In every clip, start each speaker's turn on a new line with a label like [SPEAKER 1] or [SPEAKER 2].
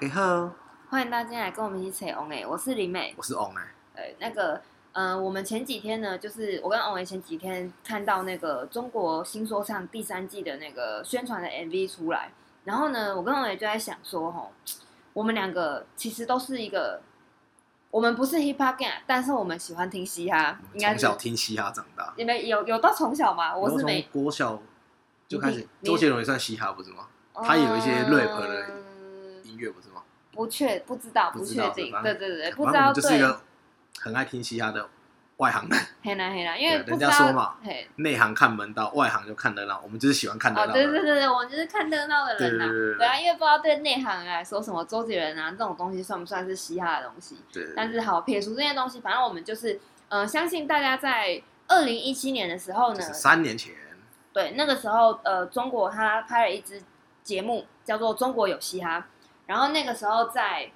[SPEAKER 1] 你好，
[SPEAKER 2] 欢迎大家来跟我们一起扯 on 哎，我是林美。
[SPEAKER 1] 我是 On 哎、
[SPEAKER 2] 呃，那个，呃，我们前几天呢，就是我跟 on 哎前几天看到那个中国新说唱第三季的那个宣传的 MV 出来，然后呢，我跟 on 哎就在想说，吼，我们两个其实都是一个，我们不是 hip hop gang，但是我们喜欢听嘻哈，
[SPEAKER 1] 我
[SPEAKER 2] 应
[SPEAKER 1] 们
[SPEAKER 2] 该
[SPEAKER 1] 从
[SPEAKER 2] 是
[SPEAKER 1] 小听嘻哈长大，
[SPEAKER 2] 你们有有到从小吗？我是
[SPEAKER 1] 然后
[SPEAKER 2] 没
[SPEAKER 1] 从，国小就开
[SPEAKER 2] 你
[SPEAKER 1] 始，
[SPEAKER 2] 你
[SPEAKER 1] 周杰伦也算嘻哈不是吗？他也有一些
[SPEAKER 2] 嗯
[SPEAKER 1] rap 的音乐不是吗？
[SPEAKER 2] 不确不知道
[SPEAKER 1] 不
[SPEAKER 2] 不
[SPEAKER 1] 知
[SPEAKER 2] 确
[SPEAKER 1] 道
[SPEAKER 2] 定，
[SPEAKER 1] 反
[SPEAKER 2] 对
[SPEAKER 1] 正
[SPEAKER 2] 对对，不
[SPEAKER 1] 反
[SPEAKER 2] 知
[SPEAKER 1] 正我
[SPEAKER 2] 道
[SPEAKER 1] 们就是一
[SPEAKER 2] 对，
[SPEAKER 1] 个很爱听嘻哈的外行人，
[SPEAKER 2] 黑啦黑啦，因为
[SPEAKER 1] 对
[SPEAKER 2] 不
[SPEAKER 1] 人
[SPEAKER 2] 知
[SPEAKER 1] 家
[SPEAKER 2] 道
[SPEAKER 1] 说嘛
[SPEAKER 2] 嘿，
[SPEAKER 1] 内行看门道，外行就看热闹。我们就是喜欢看热
[SPEAKER 2] 哦，
[SPEAKER 1] 闹
[SPEAKER 2] 对
[SPEAKER 1] 的
[SPEAKER 2] 对
[SPEAKER 1] 人。
[SPEAKER 2] 对对，我们就是看热闹的人呐、
[SPEAKER 1] 对对对对
[SPEAKER 2] 啊，因为不知道对内行人来说，什么周杰伦啊这种东西算不算是嘻哈的东西？
[SPEAKER 1] 对对
[SPEAKER 2] 但
[SPEAKER 1] 对，
[SPEAKER 2] 是好，撇除这些东西，反正我们就是，呃，相信大家在二零一七年的时候呢
[SPEAKER 1] 就，是三年前，
[SPEAKER 2] 对，那个时候呃，中国他拍了一支节目叫做《中国有嘻哈》，然后那个时候在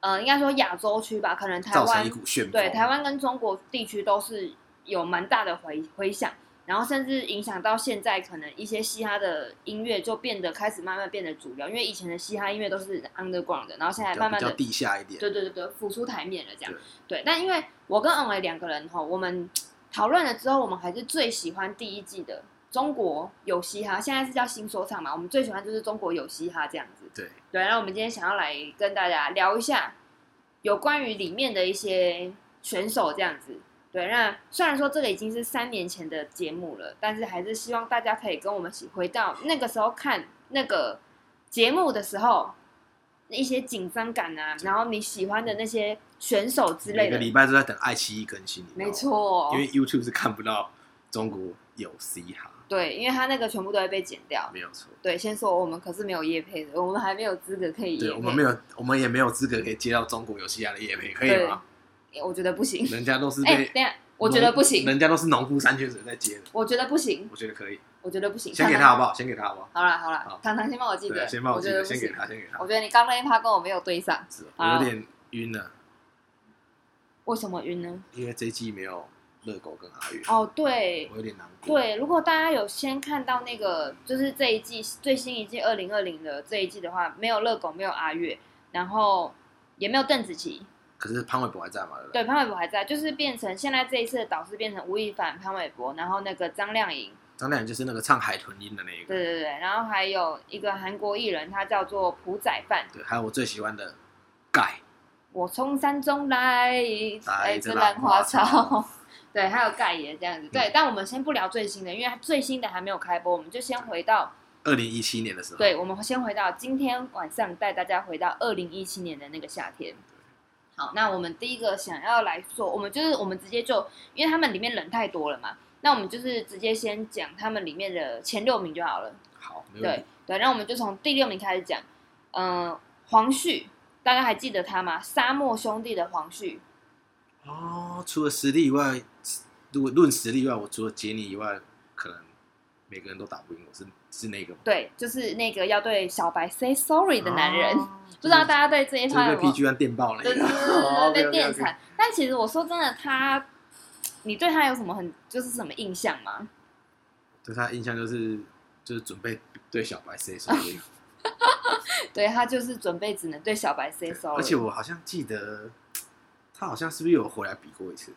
[SPEAKER 2] 呃，应该说亚洲区吧，可能台
[SPEAKER 1] 造成
[SPEAKER 2] 湾
[SPEAKER 1] 一股旋风。
[SPEAKER 2] 对，台湾跟中国地区都是有蛮大的回回响，然后甚至影响到现在，可能一些嘻哈的音乐就变得开始慢慢变得主流，因为以前的嘻哈音乐都是 underground 的，然后现在慢慢
[SPEAKER 1] 比较
[SPEAKER 2] 的，
[SPEAKER 1] 地下一点。
[SPEAKER 2] 对对对对，浮出台面了这样。对，但因为我跟恩伟两个人哈，我们讨论了之后，我们还是最喜欢第一季的。中国有嘻哈，现在是叫新说唱嘛？我们最喜欢就是中国有嘻哈这样子。
[SPEAKER 1] 对
[SPEAKER 2] 对，那我们今天想要来跟大家聊一下有关于里面的一些选手这样子。对，那虽然说这个已经是三年前的节目了，但是还是希望大家可以跟我们一起回到那个时候看那个节目的时候一些紧张感啊，然后你喜欢的那些选手之类
[SPEAKER 1] 每个
[SPEAKER 2] 的。
[SPEAKER 1] 礼拜都在等爱奇艺更新，你知道吗
[SPEAKER 2] 没，错，哦
[SPEAKER 1] 因为 YouTube 是看不到中国有嘻哈，
[SPEAKER 2] 对，因为他那个全部都会被剪掉。
[SPEAKER 1] 没有错。
[SPEAKER 2] 对，先说我们可是没有业配的，我们还没有资格可以业
[SPEAKER 1] 对
[SPEAKER 2] 配。
[SPEAKER 1] 我们没有，我们也没有资格可以接到中国有嘻哈的业配，可以吗？
[SPEAKER 2] 对，我觉得不行。
[SPEAKER 1] 人家都是
[SPEAKER 2] 哎、
[SPEAKER 1] 被，
[SPEAKER 2] 等一下，我觉得不行，
[SPEAKER 1] 人家都是农夫山泉水在接的，
[SPEAKER 2] 我觉得不行，
[SPEAKER 1] 我觉得可以，
[SPEAKER 2] 我觉得不行。
[SPEAKER 1] 先给他好不好？先给他好不好？
[SPEAKER 2] 好了好了
[SPEAKER 1] 好，
[SPEAKER 2] 糖糖先帮我记
[SPEAKER 1] 对，
[SPEAKER 2] 得，
[SPEAKER 1] 先帮我记
[SPEAKER 2] 觉得
[SPEAKER 1] 得，
[SPEAKER 2] 不
[SPEAKER 1] 先给
[SPEAKER 2] 行。哦
[SPEAKER 1] 他，先给他
[SPEAKER 2] 我。觉得你刚那一趴跟我没有对上，
[SPEAKER 1] 是，我
[SPEAKER 2] 好
[SPEAKER 1] 有点晕了，
[SPEAKER 2] 为什么晕呢？
[SPEAKER 1] 因为这一季没有热狗跟阿月，
[SPEAKER 2] 哦，对
[SPEAKER 1] 我有点难过。
[SPEAKER 2] 对，如果大家有先看到那个，就是这一季最新一季二零二零的这一季的话，没有热狗，没有阿月，然后也没有邓紫棋，
[SPEAKER 1] 可是潘玮柏还在嘛？对不对？
[SPEAKER 2] 对，潘玮柏还在，就是变成现在这一次的导师变成吴亦凡、潘玮柏，然后那个张靓颖，
[SPEAKER 1] 张靓颖就是那个唱海豚音的那一
[SPEAKER 2] 对
[SPEAKER 1] 个，
[SPEAKER 2] 对对，然后还有一个韩国艺人，他叫做朴宰范，
[SPEAKER 1] 对，还有我最喜欢的盖，
[SPEAKER 2] 我从山中来，哎
[SPEAKER 1] 来
[SPEAKER 2] 这
[SPEAKER 1] 自
[SPEAKER 2] 兰
[SPEAKER 1] 兰
[SPEAKER 2] 花
[SPEAKER 1] 花
[SPEAKER 2] 草 嗯
[SPEAKER 1] 草。
[SPEAKER 2] 对，还有盖爷这样子。对，但我们先不聊最新的，因为它最新的还没有开播，我们就先回到，
[SPEAKER 1] 二零一七年的时候，
[SPEAKER 2] 对，啊我们先回到今天晚上带大家回到二零一七年的那个夏天。好，那我们第一个想要来说，我们就是我们直接就，因为他们里面人太多了嘛，那我们就是直接先讲他们里面的前六名就好了。
[SPEAKER 1] 好，没问
[SPEAKER 2] 对
[SPEAKER 1] 题。
[SPEAKER 2] 对，那我们就从第六名开始讲。嗯、黄旭，大家还记得他吗？沙漠兄弟的黄旭，
[SPEAKER 1] 哦，除了实力以外，如果论实力以外，我除了杰尼以外，可能每个人都打不赢我，是是那个吗？
[SPEAKER 2] 对，就是那个要对小白 say sorry 的男人。
[SPEAKER 1] 哦
[SPEAKER 2] 不知道大家对这一
[SPEAKER 1] 就是
[SPEAKER 2] 哎趴
[SPEAKER 1] 被
[SPEAKER 2] 有
[SPEAKER 1] 哦
[SPEAKER 2] 没有
[SPEAKER 1] PG？One 电爆了，
[SPEAKER 2] 对 对对对对对，被电惨。但其实我说真的，他，你对他有什么很就是什么印象吗？
[SPEAKER 1] 对他印象就是就是准备对小白 say sorry，
[SPEAKER 2] 对他就是准备只能对小白 say
[SPEAKER 1] 对
[SPEAKER 2] sorry。
[SPEAKER 1] 而且我好像记得他好像是不是有回来比过一次，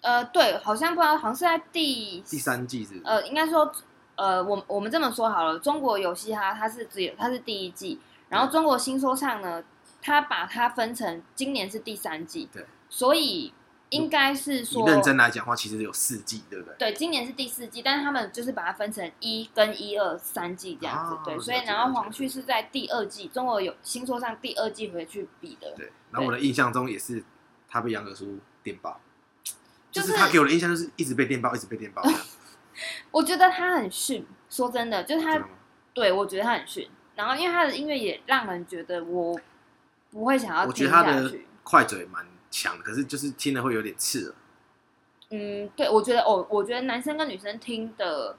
[SPEAKER 2] 呃，对，好像不知道，好像是在第
[SPEAKER 1] 第三季是不是
[SPEAKER 2] 呃，应该说，呃，我我们这么说好了，中国有嘻哈它是只有它是第一季，然后中国新说唱呢，它把它分成今年是第三季，
[SPEAKER 1] 对，
[SPEAKER 2] 所以应该是
[SPEAKER 1] 以
[SPEAKER 2] 说
[SPEAKER 1] 认真来讲的话，其实有四季，对不对？
[SPEAKER 2] 对，今年是第四季，但是他们就是把它分成一跟一二三季这样子，
[SPEAKER 1] 哦
[SPEAKER 2] 对，
[SPEAKER 1] 了
[SPEAKER 2] 所以
[SPEAKER 1] 解
[SPEAKER 2] 然后
[SPEAKER 1] 了解
[SPEAKER 2] 黄旭是在第二季，中国有新说唱第二季回去比的，
[SPEAKER 1] 对，然后我的印象中也是他被杨德叔电爆，
[SPEAKER 2] 就是
[SPEAKER 1] 他给我的印象就是一直被电爆，一直被电爆，这样
[SPEAKER 2] 我觉得他很逊，说真的，就是
[SPEAKER 1] 知
[SPEAKER 2] 他
[SPEAKER 1] 道吗？
[SPEAKER 2] 对，我觉得他很逊。然后因为他的音乐也让人觉得我不会想要
[SPEAKER 1] 我觉
[SPEAKER 2] 听
[SPEAKER 1] 得他
[SPEAKER 2] 下
[SPEAKER 1] 的
[SPEAKER 2] 去。
[SPEAKER 1] 快嘴蛮强的，可是就是听了会有点刺耳。
[SPEAKER 2] 嗯，对，我觉得哦，我觉得男生跟女生听的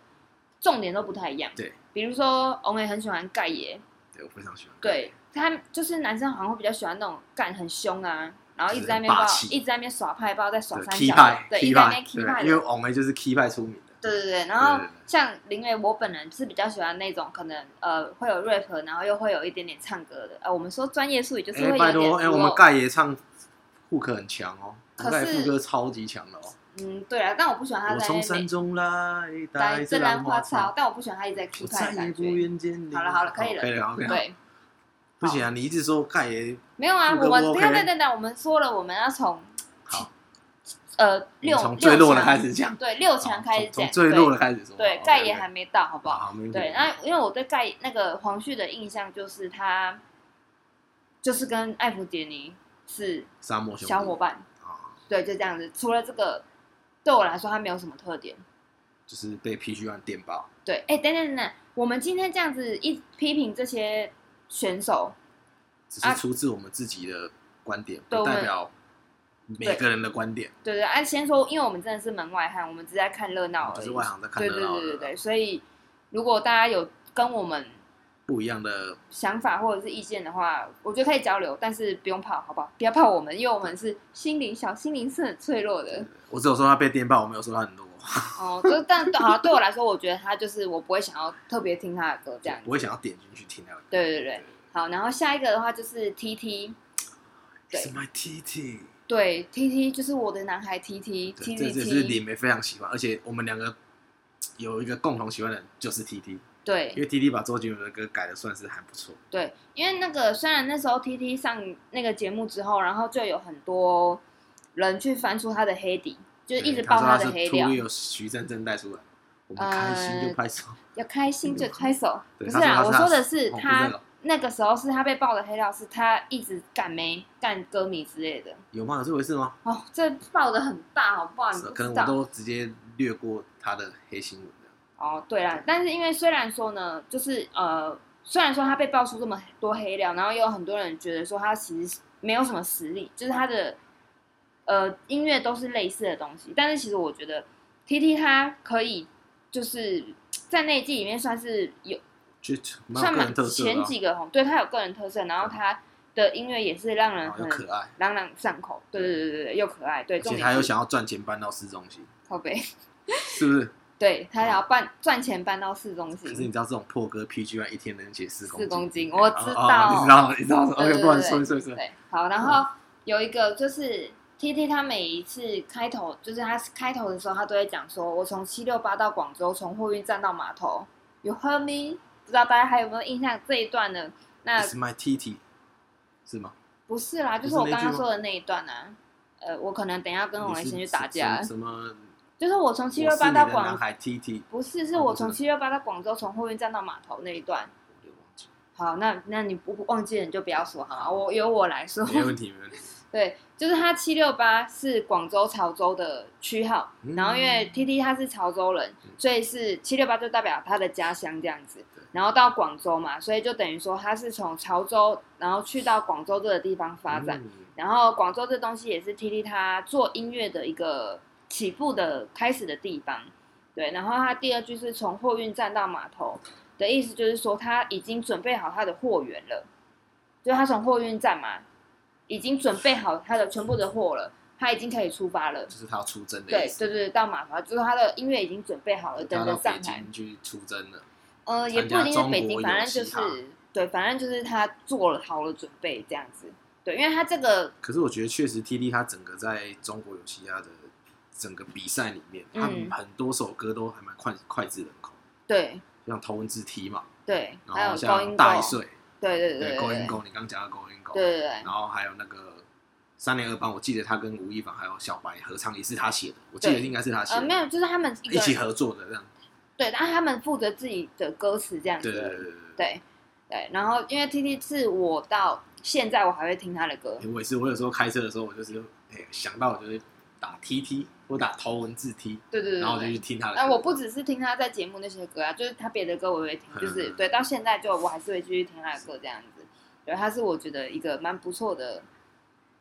[SPEAKER 2] 重点都不太一样。
[SPEAKER 1] 对，
[SPEAKER 2] 比如说我也很喜欢盖爷，
[SPEAKER 1] 对我非常喜欢。
[SPEAKER 2] 对他就是男生好像会比较喜欢那种干很凶啊，然后一直在那边
[SPEAKER 1] 就是很
[SPEAKER 2] 爆
[SPEAKER 1] 霸，气
[SPEAKER 2] 一直在那边耍派，不知道在耍
[SPEAKER 1] 对
[SPEAKER 2] 三
[SPEAKER 1] ，key
[SPEAKER 2] 角，
[SPEAKER 1] 派
[SPEAKER 2] 对，
[SPEAKER 1] key
[SPEAKER 2] 一直在那边
[SPEAKER 1] 派，
[SPEAKER 2] key 派
[SPEAKER 1] 对，因为
[SPEAKER 2] 的。
[SPEAKER 1] 王 A 就是 key 派出名的，
[SPEAKER 2] 对对对，然后
[SPEAKER 1] 对对对
[SPEAKER 2] 像林磊，我本人是比较喜欢那种可能呃会有 rap，然后又会有一点点唱歌的。呃，我们说专业术语就是
[SPEAKER 1] 哎、
[SPEAKER 2] 会有
[SPEAKER 1] 拜
[SPEAKER 2] 点 flow、
[SPEAKER 1] 托，哎、我们盖爷唱副歌很强哦，我
[SPEAKER 2] 可
[SPEAKER 1] 们盖
[SPEAKER 2] 是
[SPEAKER 1] 副歌超级强的哦。
[SPEAKER 2] 嗯，对啊，但我不喜欢他
[SPEAKER 1] 我
[SPEAKER 2] 在
[SPEAKER 1] 从
[SPEAKER 2] 那
[SPEAKER 1] 山
[SPEAKER 2] 边
[SPEAKER 1] 中来，
[SPEAKER 2] 打
[SPEAKER 1] 带
[SPEAKER 2] 这
[SPEAKER 1] 着
[SPEAKER 2] 兰
[SPEAKER 1] 兰
[SPEAKER 2] 花
[SPEAKER 1] 花
[SPEAKER 2] 草
[SPEAKER 1] 草，，
[SPEAKER 2] 但我不喜欢他一直在 k
[SPEAKER 1] 我
[SPEAKER 2] e
[SPEAKER 1] 再
[SPEAKER 2] 派的
[SPEAKER 1] 也
[SPEAKER 2] 感
[SPEAKER 1] 不
[SPEAKER 2] 觉。
[SPEAKER 1] 愿见你。
[SPEAKER 2] 好了好了可以了
[SPEAKER 1] 可以了，OK。
[SPEAKER 2] 对，
[SPEAKER 1] 不行啊，你一直说盖爷
[SPEAKER 2] 没有啊，
[SPEAKER 1] 这个
[SPEAKER 2] 我们
[SPEAKER 1] 我
[SPEAKER 2] 等
[SPEAKER 1] OK
[SPEAKER 2] 等等等，我们说了我们要从
[SPEAKER 1] 好，
[SPEAKER 2] 呃六
[SPEAKER 1] 从最弱的
[SPEAKER 2] 六强
[SPEAKER 1] 开始讲
[SPEAKER 2] 对六强开始
[SPEAKER 1] 好从从
[SPEAKER 2] 讲，
[SPEAKER 1] 最弱
[SPEAKER 2] 对
[SPEAKER 1] 的开始说。
[SPEAKER 2] 对
[SPEAKER 1] 好
[SPEAKER 2] 盖
[SPEAKER 1] ，OK，
[SPEAKER 2] 爷还没到，好不
[SPEAKER 1] 好，嗯
[SPEAKER 2] 好？
[SPEAKER 1] 好没问题
[SPEAKER 2] 对，那因为我对盖那个黄旭的印象就是他，就是跟艾弗杰尼是
[SPEAKER 1] 沙漠兄弟
[SPEAKER 2] 小伙伴，
[SPEAKER 1] 啊，
[SPEAKER 2] 对，就这样子。除了这个，对我来说他没有什么特点。
[SPEAKER 1] 就是被 PG One 电爆，
[SPEAKER 2] 对，哎，等等等等，我们今天这样子一批评这些选手，
[SPEAKER 1] 只
[SPEAKER 2] 啊
[SPEAKER 1] 是出自我们自己的观点，
[SPEAKER 2] 对我
[SPEAKER 1] 不
[SPEAKER 2] 们
[SPEAKER 1] 代表每个人的观点，
[SPEAKER 2] 对对，哎，先说，因为我们真的是门外汉，我们只是在看热闹而已，
[SPEAKER 1] 哦就是外行在看
[SPEAKER 2] 对
[SPEAKER 1] 热
[SPEAKER 2] 对
[SPEAKER 1] 闹
[SPEAKER 2] 对对
[SPEAKER 1] 的，
[SPEAKER 2] 对，所以如果大家有跟我们
[SPEAKER 1] 不一样的
[SPEAKER 2] 想法或者是意见的话，我觉得可以交流，但是不用怕，好不好？不要怕我们，因为我们是心灵小心灵是很脆弱的。
[SPEAKER 1] 我只有说他被电爆，我没有说他很弱，
[SPEAKER 2] 哦，就但好像对我来说，我觉得他就是我不会想要特别听他的歌这样
[SPEAKER 1] 不。会想要点进去听他的歌。
[SPEAKER 2] 对对对，好，然后下一个的话就是 T T，对
[SPEAKER 1] ，It's my TT，
[SPEAKER 2] 对 T T 就是我的男孩 T T
[SPEAKER 1] 对
[SPEAKER 2] T
[SPEAKER 1] 这
[SPEAKER 2] T
[SPEAKER 1] 这也是
[SPEAKER 2] T，
[SPEAKER 1] 李梅非常喜欢，而且我们两个有一个共同喜欢的人就是 TT，因
[SPEAKER 2] 对
[SPEAKER 1] 为 TT 把周杰伦的歌改的算是还不错，
[SPEAKER 2] 对，因为那个虽然那时候 T T 上那个节目之后，然后就有很多人去翻出他的黑底，就是一直
[SPEAKER 1] 对
[SPEAKER 2] 爆
[SPEAKER 1] 他
[SPEAKER 2] 的黑料呃
[SPEAKER 1] 突，有徐峥峥带出来，我们开心就拍手，
[SPEAKER 2] 要开心就拍手。
[SPEAKER 1] 嗯对
[SPEAKER 2] 不是啦，
[SPEAKER 1] 他说
[SPEAKER 2] 我说
[SPEAKER 1] 他是
[SPEAKER 2] 的是
[SPEAKER 1] 哦
[SPEAKER 2] 他
[SPEAKER 1] 不是哦
[SPEAKER 2] 那个时候是他被爆的黑料，是他一直干没干歌迷之类的。
[SPEAKER 1] 有吗？有这回事吗？
[SPEAKER 2] 哦，这爆的很大，好不好？你
[SPEAKER 1] 是
[SPEAKER 2] 不
[SPEAKER 1] 啊可能
[SPEAKER 2] 知
[SPEAKER 1] 我
[SPEAKER 2] 道
[SPEAKER 1] 都直接略过他的黑新闻的。
[SPEAKER 2] 哦，对啦，但是因为虽然说呢，就是呃，虽然说他被爆出这么多黑料，然后也有很多人觉得说他其实没有什么实力，就是他的呃音乐都是类似的东西，但是其实我觉得 T T 他可以就是在那一季里面算是有
[SPEAKER 1] 就蛮有
[SPEAKER 2] 算
[SPEAKER 1] 个人
[SPEAKER 2] 蛮
[SPEAKER 1] 特色的啊
[SPEAKER 2] 前几个红，对他有个人特色，然后他的音乐也是让人
[SPEAKER 1] 然后啊又
[SPEAKER 2] 很
[SPEAKER 1] 可爱，
[SPEAKER 2] 朗朗上口，对对对对对，又可爱，对，
[SPEAKER 1] 而
[SPEAKER 2] 重
[SPEAKER 1] 且
[SPEAKER 2] 点
[SPEAKER 1] 他又
[SPEAKER 2] 是
[SPEAKER 1] 想要赚钱搬到市中心，
[SPEAKER 2] 靠背，
[SPEAKER 1] 是不是？
[SPEAKER 2] 对他想要办赚钱办到市
[SPEAKER 1] 啊
[SPEAKER 2] 中
[SPEAKER 1] 可是你
[SPEAKER 2] 心，
[SPEAKER 1] 知道这种破歌 PG One 一天能写四公
[SPEAKER 2] 四公斤
[SPEAKER 1] 斤，
[SPEAKER 2] 我
[SPEAKER 1] 哦
[SPEAKER 2] 知
[SPEAKER 1] 哦
[SPEAKER 2] 道
[SPEAKER 1] 你知道，你知道
[SPEAKER 2] 对对
[SPEAKER 1] ，OK，不然
[SPEAKER 2] 对
[SPEAKER 1] 说一说一说，
[SPEAKER 2] 对，好，然后有一个就是 T T 他每一次开头，就是他开头的时候，他都会讲说，我从七六八到广州，从货运站到码头，You heard me？不知道大家还有没有印象这一段呢？那
[SPEAKER 1] It's my TT，是吗？
[SPEAKER 2] 不是啦，就
[SPEAKER 1] 不
[SPEAKER 2] 是
[SPEAKER 1] 是
[SPEAKER 2] 我
[SPEAKER 1] 那
[SPEAKER 2] 刚
[SPEAKER 1] 句
[SPEAKER 2] 刚
[SPEAKER 1] 吗
[SPEAKER 2] 说的那一段啊。呃，我可能等一下跟洪
[SPEAKER 1] 你
[SPEAKER 2] 雷
[SPEAKER 1] 是
[SPEAKER 2] 先去打架
[SPEAKER 1] 什，什么？
[SPEAKER 2] 就是我从 七
[SPEAKER 1] 我
[SPEAKER 2] 六
[SPEAKER 1] 是
[SPEAKER 2] 八
[SPEAKER 1] 你
[SPEAKER 2] 到
[SPEAKER 1] 的
[SPEAKER 2] 广
[SPEAKER 1] 男孩 TT，
[SPEAKER 2] 不是，是
[SPEAKER 1] 哦
[SPEAKER 2] 我
[SPEAKER 1] 不
[SPEAKER 2] 从
[SPEAKER 1] 是
[SPEAKER 2] 七六八到广州，从货运站到码头那一段。
[SPEAKER 1] 我就忘记了
[SPEAKER 2] 好，那那你不忘记了你就不要说好吗？我由我来说，
[SPEAKER 1] 没问题，没问题。
[SPEAKER 2] 对，就是他七六八是广州潮州的区号，
[SPEAKER 1] 嗯
[SPEAKER 2] 然后因为 T T 他是潮州人，
[SPEAKER 1] 嗯
[SPEAKER 2] 所以是七六八就代表他的家乡这样子
[SPEAKER 1] 对，
[SPEAKER 2] 然后到广州嘛，所以就等于说他是从潮州，然后去到广州这个地方发展。
[SPEAKER 1] 嗯
[SPEAKER 2] 然后广州这东西也是 T T 他做音乐的一个起步的开始的地方，对。然后他第二句是从货运站到码头的意思，就是说他已经准备好他的货源了，就是他从货运站嘛，已经准备好他的全部的货了，他已经可以出发了。
[SPEAKER 1] 就是他要出征的
[SPEAKER 2] 对
[SPEAKER 1] 意思，
[SPEAKER 2] 对对，到码头就是他的音乐已经准备好了，等
[SPEAKER 1] 他
[SPEAKER 2] 着
[SPEAKER 1] 到
[SPEAKER 2] 上
[SPEAKER 1] 北
[SPEAKER 2] 台。
[SPEAKER 1] 京去出征了。
[SPEAKER 2] 呃，也
[SPEAKER 1] 参
[SPEAKER 2] 不
[SPEAKER 1] 加
[SPEAKER 2] 一定是
[SPEAKER 1] 中
[SPEAKER 2] 北京，
[SPEAKER 1] 国
[SPEAKER 2] 反
[SPEAKER 1] 有
[SPEAKER 2] 正就
[SPEAKER 1] 嘻
[SPEAKER 2] 是
[SPEAKER 1] 哈
[SPEAKER 2] 对，反正就是他做了好了准备这样子。对，因为他这个
[SPEAKER 1] 可是我觉得确实 T D 他整个在中国有嘻哈的整个比赛里面，他
[SPEAKER 2] 嗯
[SPEAKER 1] 很多首歌都还蛮脍脍炙人口，
[SPEAKER 2] 对
[SPEAKER 1] 像头文字 T 嘛，
[SPEAKER 2] 对，还
[SPEAKER 1] 然
[SPEAKER 2] 有
[SPEAKER 1] 后
[SPEAKER 2] 高
[SPEAKER 1] 像
[SPEAKER 2] 音
[SPEAKER 1] 大
[SPEAKER 2] 狗
[SPEAKER 1] 一岁，
[SPEAKER 2] 对对对呃
[SPEAKER 1] 勾
[SPEAKER 2] 对
[SPEAKER 1] 音勾，你刚讲到勾音勾，
[SPEAKER 2] 对对对
[SPEAKER 1] 然后还有那个三零二班，我记得他跟吴亦凡还有小白合唱也是他写的，我记得
[SPEAKER 2] 对
[SPEAKER 1] 应该是他写
[SPEAKER 2] 呃，没
[SPEAKER 1] 的，
[SPEAKER 2] 有，就是他们一个
[SPEAKER 1] 一起合作的这样，
[SPEAKER 2] 对，但他们负责自己的歌词这样子
[SPEAKER 1] 对对
[SPEAKER 2] 而
[SPEAKER 1] 对
[SPEAKER 2] 已，
[SPEAKER 1] 对对
[SPEAKER 2] 对对。然后因为 T T 是我到现在我还会听他的歌，
[SPEAKER 1] 对，我也是，我有时候开车的时候，我就是哎想到我就是打 T T 或打头文字 T，
[SPEAKER 2] 对对对
[SPEAKER 1] 然后我就
[SPEAKER 2] 对
[SPEAKER 1] 去
[SPEAKER 2] 对。
[SPEAKER 1] 听他的歌，
[SPEAKER 2] 那我不只是听他在节目那些歌啊，就是他别的歌我也会听，就是
[SPEAKER 1] 嗯
[SPEAKER 2] 对，到现在就我还是会继续听他的歌这样子。对，他是我觉得一个蛮不错的，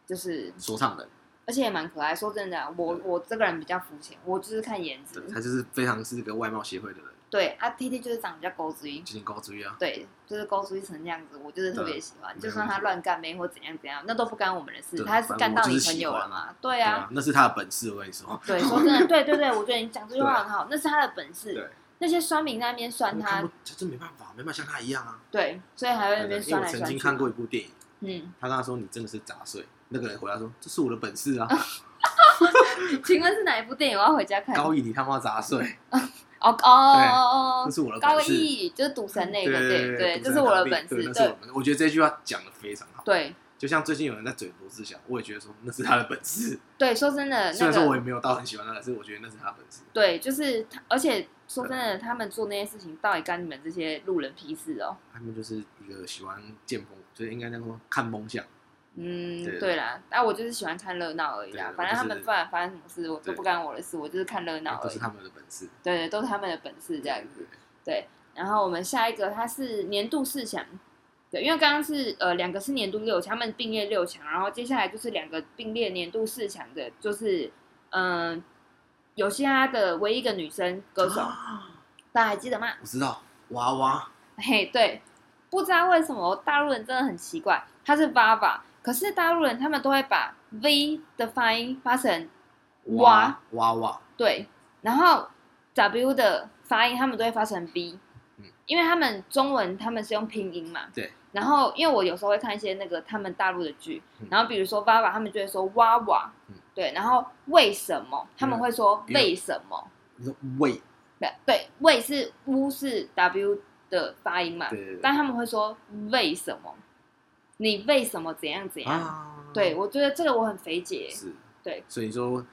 [SPEAKER 2] 就是
[SPEAKER 1] 说唱人，
[SPEAKER 2] 而且也蛮可爱。说真的啊、我我这个人比较肤浅，我就是看颜值
[SPEAKER 1] 对。他就是非常是个外貌协会的人，
[SPEAKER 2] 对，他 T T 就是长得比较狗子音，
[SPEAKER 1] 今天高注意啊，
[SPEAKER 2] 对，就是勾出一层这样子，我就是特别喜欢。
[SPEAKER 1] 对
[SPEAKER 2] 就算他乱干妹或怎样怎样，那都不干我们的事，
[SPEAKER 1] 对啊
[SPEAKER 2] 他是干到你朋友了
[SPEAKER 1] 反
[SPEAKER 2] 嘛？对
[SPEAKER 1] 对
[SPEAKER 2] 啊哦
[SPEAKER 1] 啊，，那是他的本事，我跟你说，
[SPEAKER 2] 对，说真的，对对对，我觉得你讲这句话很好，那是他的本事
[SPEAKER 1] 对。
[SPEAKER 2] 那些酸民在那边酸
[SPEAKER 1] 我看
[SPEAKER 2] 他
[SPEAKER 1] 不，这这没办法，没办法像他一样啊。
[SPEAKER 2] 对，所以还会在那
[SPEAKER 1] 对对因为
[SPEAKER 2] 边酸
[SPEAKER 1] 我
[SPEAKER 2] 来
[SPEAKER 1] 曾
[SPEAKER 2] 酸
[SPEAKER 1] 经
[SPEAKER 2] 去。啊
[SPEAKER 1] 看过一部电影，
[SPEAKER 2] 嗯，
[SPEAKER 1] 他跟他说你真的是杂碎，那个人回答说这是我的本事啊，
[SPEAKER 2] 哦请问是哪一部电影？我要回家看。哦
[SPEAKER 1] 高哎一你他妈杂碎，
[SPEAKER 2] 哦哦
[SPEAKER 1] 这
[SPEAKER 2] 哦，
[SPEAKER 1] 是我的
[SPEAKER 2] 高
[SPEAKER 1] 本事。
[SPEAKER 2] 一就是赌神那个，
[SPEAKER 1] 对
[SPEAKER 2] 对对，
[SPEAKER 1] 赌
[SPEAKER 2] 这
[SPEAKER 1] 神
[SPEAKER 2] 是我的
[SPEAKER 1] 堂弟
[SPEAKER 2] 本
[SPEAKER 1] 对
[SPEAKER 2] 事，
[SPEAKER 1] 那是我
[SPEAKER 2] 对
[SPEAKER 1] 的本事。我觉得这句话讲的非常好，
[SPEAKER 2] 对
[SPEAKER 1] 就像最近有人在嘴罗志祥，我也觉得说那是他的本事，
[SPEAKER 2] 对，说真的，
[SPEAKER 1] 虽
[SPEAKER 2] 那
[SPEAKER 1] 然说
[SPEAKER 2] 个
[SPEAKER 1] 我也没有到很喜欢他，但是我觉得那是他的本事。
[SPEAKER 2] 对，就是他，而且说真的，他们做那些事情到底干你们这些路人屁事哦？
[SPEAKER 1] 他们就是一个喜欢见风，就是应该那样说看风向，
[SPEAKER 2] 嗯，
[SPEAKER 1] 对
[SPEAKER 2] 对啦，那、我就是喜欢看热闹而已啦。
[SPEAKER 1] 对
[SPEAKER 2] 反正他
[SPEAKER 1] 就
[SPEAKER 2] 们
[SPEAKER 1] 是
[SPEAKER 2] 不管发生什么事，我都
[SPEAKER 1] 对哎
[SPEAKER 2] 不干我的事，我就是看热闹
[SPEAKER 1] 都
[SPEAKER 2] 而
[SPEAKER 1] 是
[SPEAKER 2] 已。
[SPEAKER 1] 他们的本事。
[SPEAKER 2] 对对，都是他们的本事这样子。
[SPEAKER 1] 对
[SPEAKER 2] 然后我们下一个，它是年度四强，对，因为刚刚是呃两个是年度六强，他们并列六强，然后接下来就是两个并列年度四强的，就是嗯、呃有些他的唯一一个女生歌手，
[SPEAKER 1] 啊
[SPEAKER 2] 大家还记得吗？
[SPEAKER 1] 我知道娃娃，
[SPEAKER 2] 嘿，对，不知道为什么大陆人真的很奇怪，他是 Vava，可是大陆人他们都会把 V 的发音发成哇，
[SPEAKER 1] 娃娃，
[SPEAKER 2] 对，然后 W 的发音他们都会发成 B，、
[SPEAKER 1] 嗯
[SPEAKER 2] 因为他们中文他们是用拼音嘛。
[SPEAKER 1] 对。
[SPEAKER 2] 然后因为我有时候会看一些那个他们大陆的剧，
[SPEAKER 1] 嗯
[SPEAKER 2] 然后比如说爸爸他们就会说哇哇，
[SPEAKER 1] 嗯
[SPEAKER 2] 对，然后为什么他们会说
[SPEAKER 1] 嗯
[SPEAKER 2] 为什么？
[SPEAKER 1] 你说喂，
[SPEAKER 2] 对对，为是乌是 W 的发音嘛，
[SPEAKER 1] 对对对
[SPEAKER 2] 但他们会说为什么？你为什么怎样怎样？
[SPEAKER 1] 啊，
[SPEAKER 2] 对，，我觉得这个我很肥姐，
[SPEAKER 1] 是，
[SPEAKER 2] 对，
[SPEAKER 1] 所以说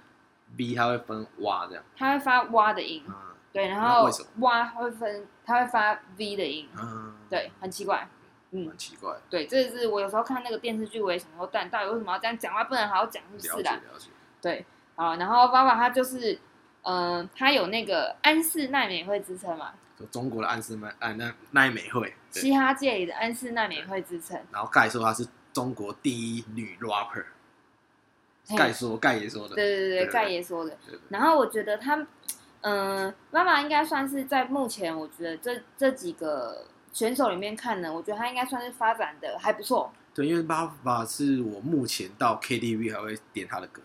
[SPEAKER 1] B 它会分哇这样，
[SPEAKER 2] 他会发哇的音，
[SPEAKER 1] 啊
[SPEAKER 2] 对，然
[SPEAKER 1] 那
[SPEAKER 2] 后
[SPEAKER 1] 为什么
[SPEAKER 2] 哇它会分，它会发 V 的音，
[SPEAKER 1] 啊，
[SPEAKER 2] 对，很奇怪。嗯
[SPEAKER 1] 蛮，奇怪，
[SPEAKER 2] 对，这是我有时候看那个电视剧，我也想说，但到底为什么要这样讲话？不能好好讲
[SPEAKER 1] 了
[SPEAKER 2] 就
[SPEAKER 1] 解
[SPEAKER 2] 是啊啦。
[SPEAKER 1] 了解，
[SPEAKER 2] 对，好，然后爸爸他就是，嗯、他有那个安室奈美惠之称嘛，
[SPEAKER 1] 就中国的安室奈安奈奈美惠，对
[SPEAKER 2] 嘻哈界里的安室奈美惠之称。
[SPEAKER 1] 然后盖说她是中国第一女 rapper，
[SPEAKER 2] 嘿
[SPEAKER 1] 盖说盖爷说的，
[SPEAKER 2] 对对对
[SPEAKER 1] 对
[SPEAKER 2] 对，
[SPEAKER 1] 对
[SPEAKER 2] 盖爷说的。
[SPEAKER 1] 对对
[SPEAKER 2] 然后我觉得他，嗯，妈妈应该算是在目前，我觉得这这几个选手里面看呢，我觉得他应该算是发展的还不错
[SPEAKER 1] 对，因为爸爸是我目前到 KTV 还会点他的歌，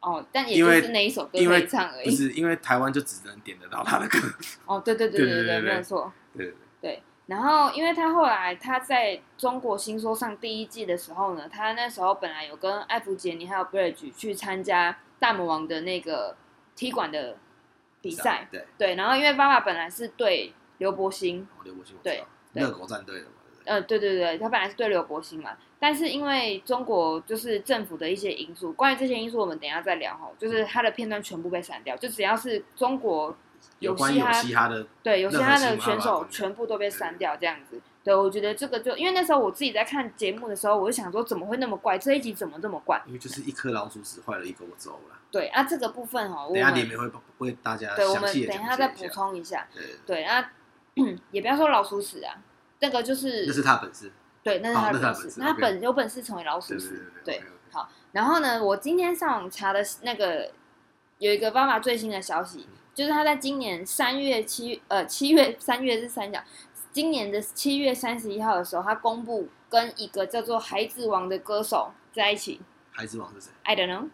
[SPEAKER 2] 哦，但也
[SPEAKER 1] 因
[SPEAKER 2] 就
[SPEAKER 1] 为
[SPEAKER 2] 是那一首歌
[SPEAKER 1] 因
[SPEAKER 2] 可
[SPEAKER 1] 为
[SPEAKER 2] 以唱而
[SPEAKER 1] 不
[SPEAKER 2] 已。
[SPEAKER 1] 是因为台湾就只能点得到他的歌，
[SPEAKER 2] 哦，对对对对
[SPEAKER 1] 对对对
[SPEAKER 2] 没有
[SPEAKER 1] 对
[SPEAKER 2] 错。
[SPEAKER 1] 对对对
[SPEAKER 2] 然后，因为他后来他在中国新说唱第一季的时候呢，他那时候本来有跟艾弗杰尼还有 Bridge 去参加大魔王的那个踢馆的比赛，
[SPEAKER 1] 对，
[SPEAKER 2] 对。然后，因为爸爸本来是对刘伯欣，
[SPEAKER 1] 我刘伯欣我知
[SPEAKER 2] 对
[SPEAKER 1] 道，
[SPEAKER 2] 对
[SPEAKER 1] 热狗战队的嘛，对不对
[SPEAKER 2] 呃，对对对，他本来是对刘伯欣嘛，但是因为中国就是政府的一些因素，关于这些因素我们等一下再聊哈，就是他的片段全部被删掉，就只要是中国有
[SPEAKER 1] 有关于
[SPEAKER 2] 嘻
[SPEAKER 1] 有
[SPEAKER 2] 哈
[SPEAKER 1] 嘻哈的
[SPEAKER 2] 对，有些
[SPEAKER 1] 任何
[SPEAKER 2] 他
[SPEAKER 1] 新
[SPEAKER 2] 的
[SPEAKER 1] 闻
[SPEAKER 2] 选
[SPEAKER 1] 吧
[SPEAKER 2] 手
[SPEAKER 1] 可能
[SPEAKER 2] 全部都被删掉，这样子。对，我觉得这个就因为那时候我自己在看节目的时候，我就想说怎么会那么怪，这一集怎么这么怪？
[SPEAKER 1] 因为就是一颗老鼠屎坏了一锅粥啦。
[SPEAKER 2] 对啊，这个部分哈，我
[SPEAKER 1] 等一下联
[SPEAKER 2] 们
[SPEAKER 1] 名会为大家
[SPEAKER 2] 对我
[SPEAKER 1] 详
[SPEAKER 2] 们等
[SPEAKER 1] 细
[SPEAKER 2] 一
[SPEAKER 1] 的
[SPEAKER 2] 下再补。充一下。
[SPEAKER 1] 对，
[SPEAKER 2] 对，啊， 也不要说老鼠屎啊，那个就
[SPEAKER 1] 那
[SPEAKER 2] 是
[SPEAKER 1] 是他本事。
[SPEAKER 2] 对，那是
[SPEAKER 1] 好
[SPEAKER 2] 他
[SPEAKER 1] 那是
[SPEAKER 2] 的
[SPEAKER 1] 他
[SPEAKER 2] 本
[SPEAKER 1] 的
[SPEAKER 2] 事
[SPEAKER 1] 本，事
[SPEAKER 2] 那他
[SPEAKER 1] OK
[SPEAKER 2] 本有本事成为老鼠
[SPEAKER 1] 对
[SPEAKER 2] 屎。
[SPEAKER 1] 对
[SPEAKER 2] 对，然后呢，我今天上网查的那个有一个爸爸最新的消息，就是他在今年三月七呃七月三月是三角，今年的七月三十一号的时候，他公布跟一个叫做孩子王的歌手在一起。
[SPEAKER 1] 孩子王是谁？
[SPEAKER 2] I don't know，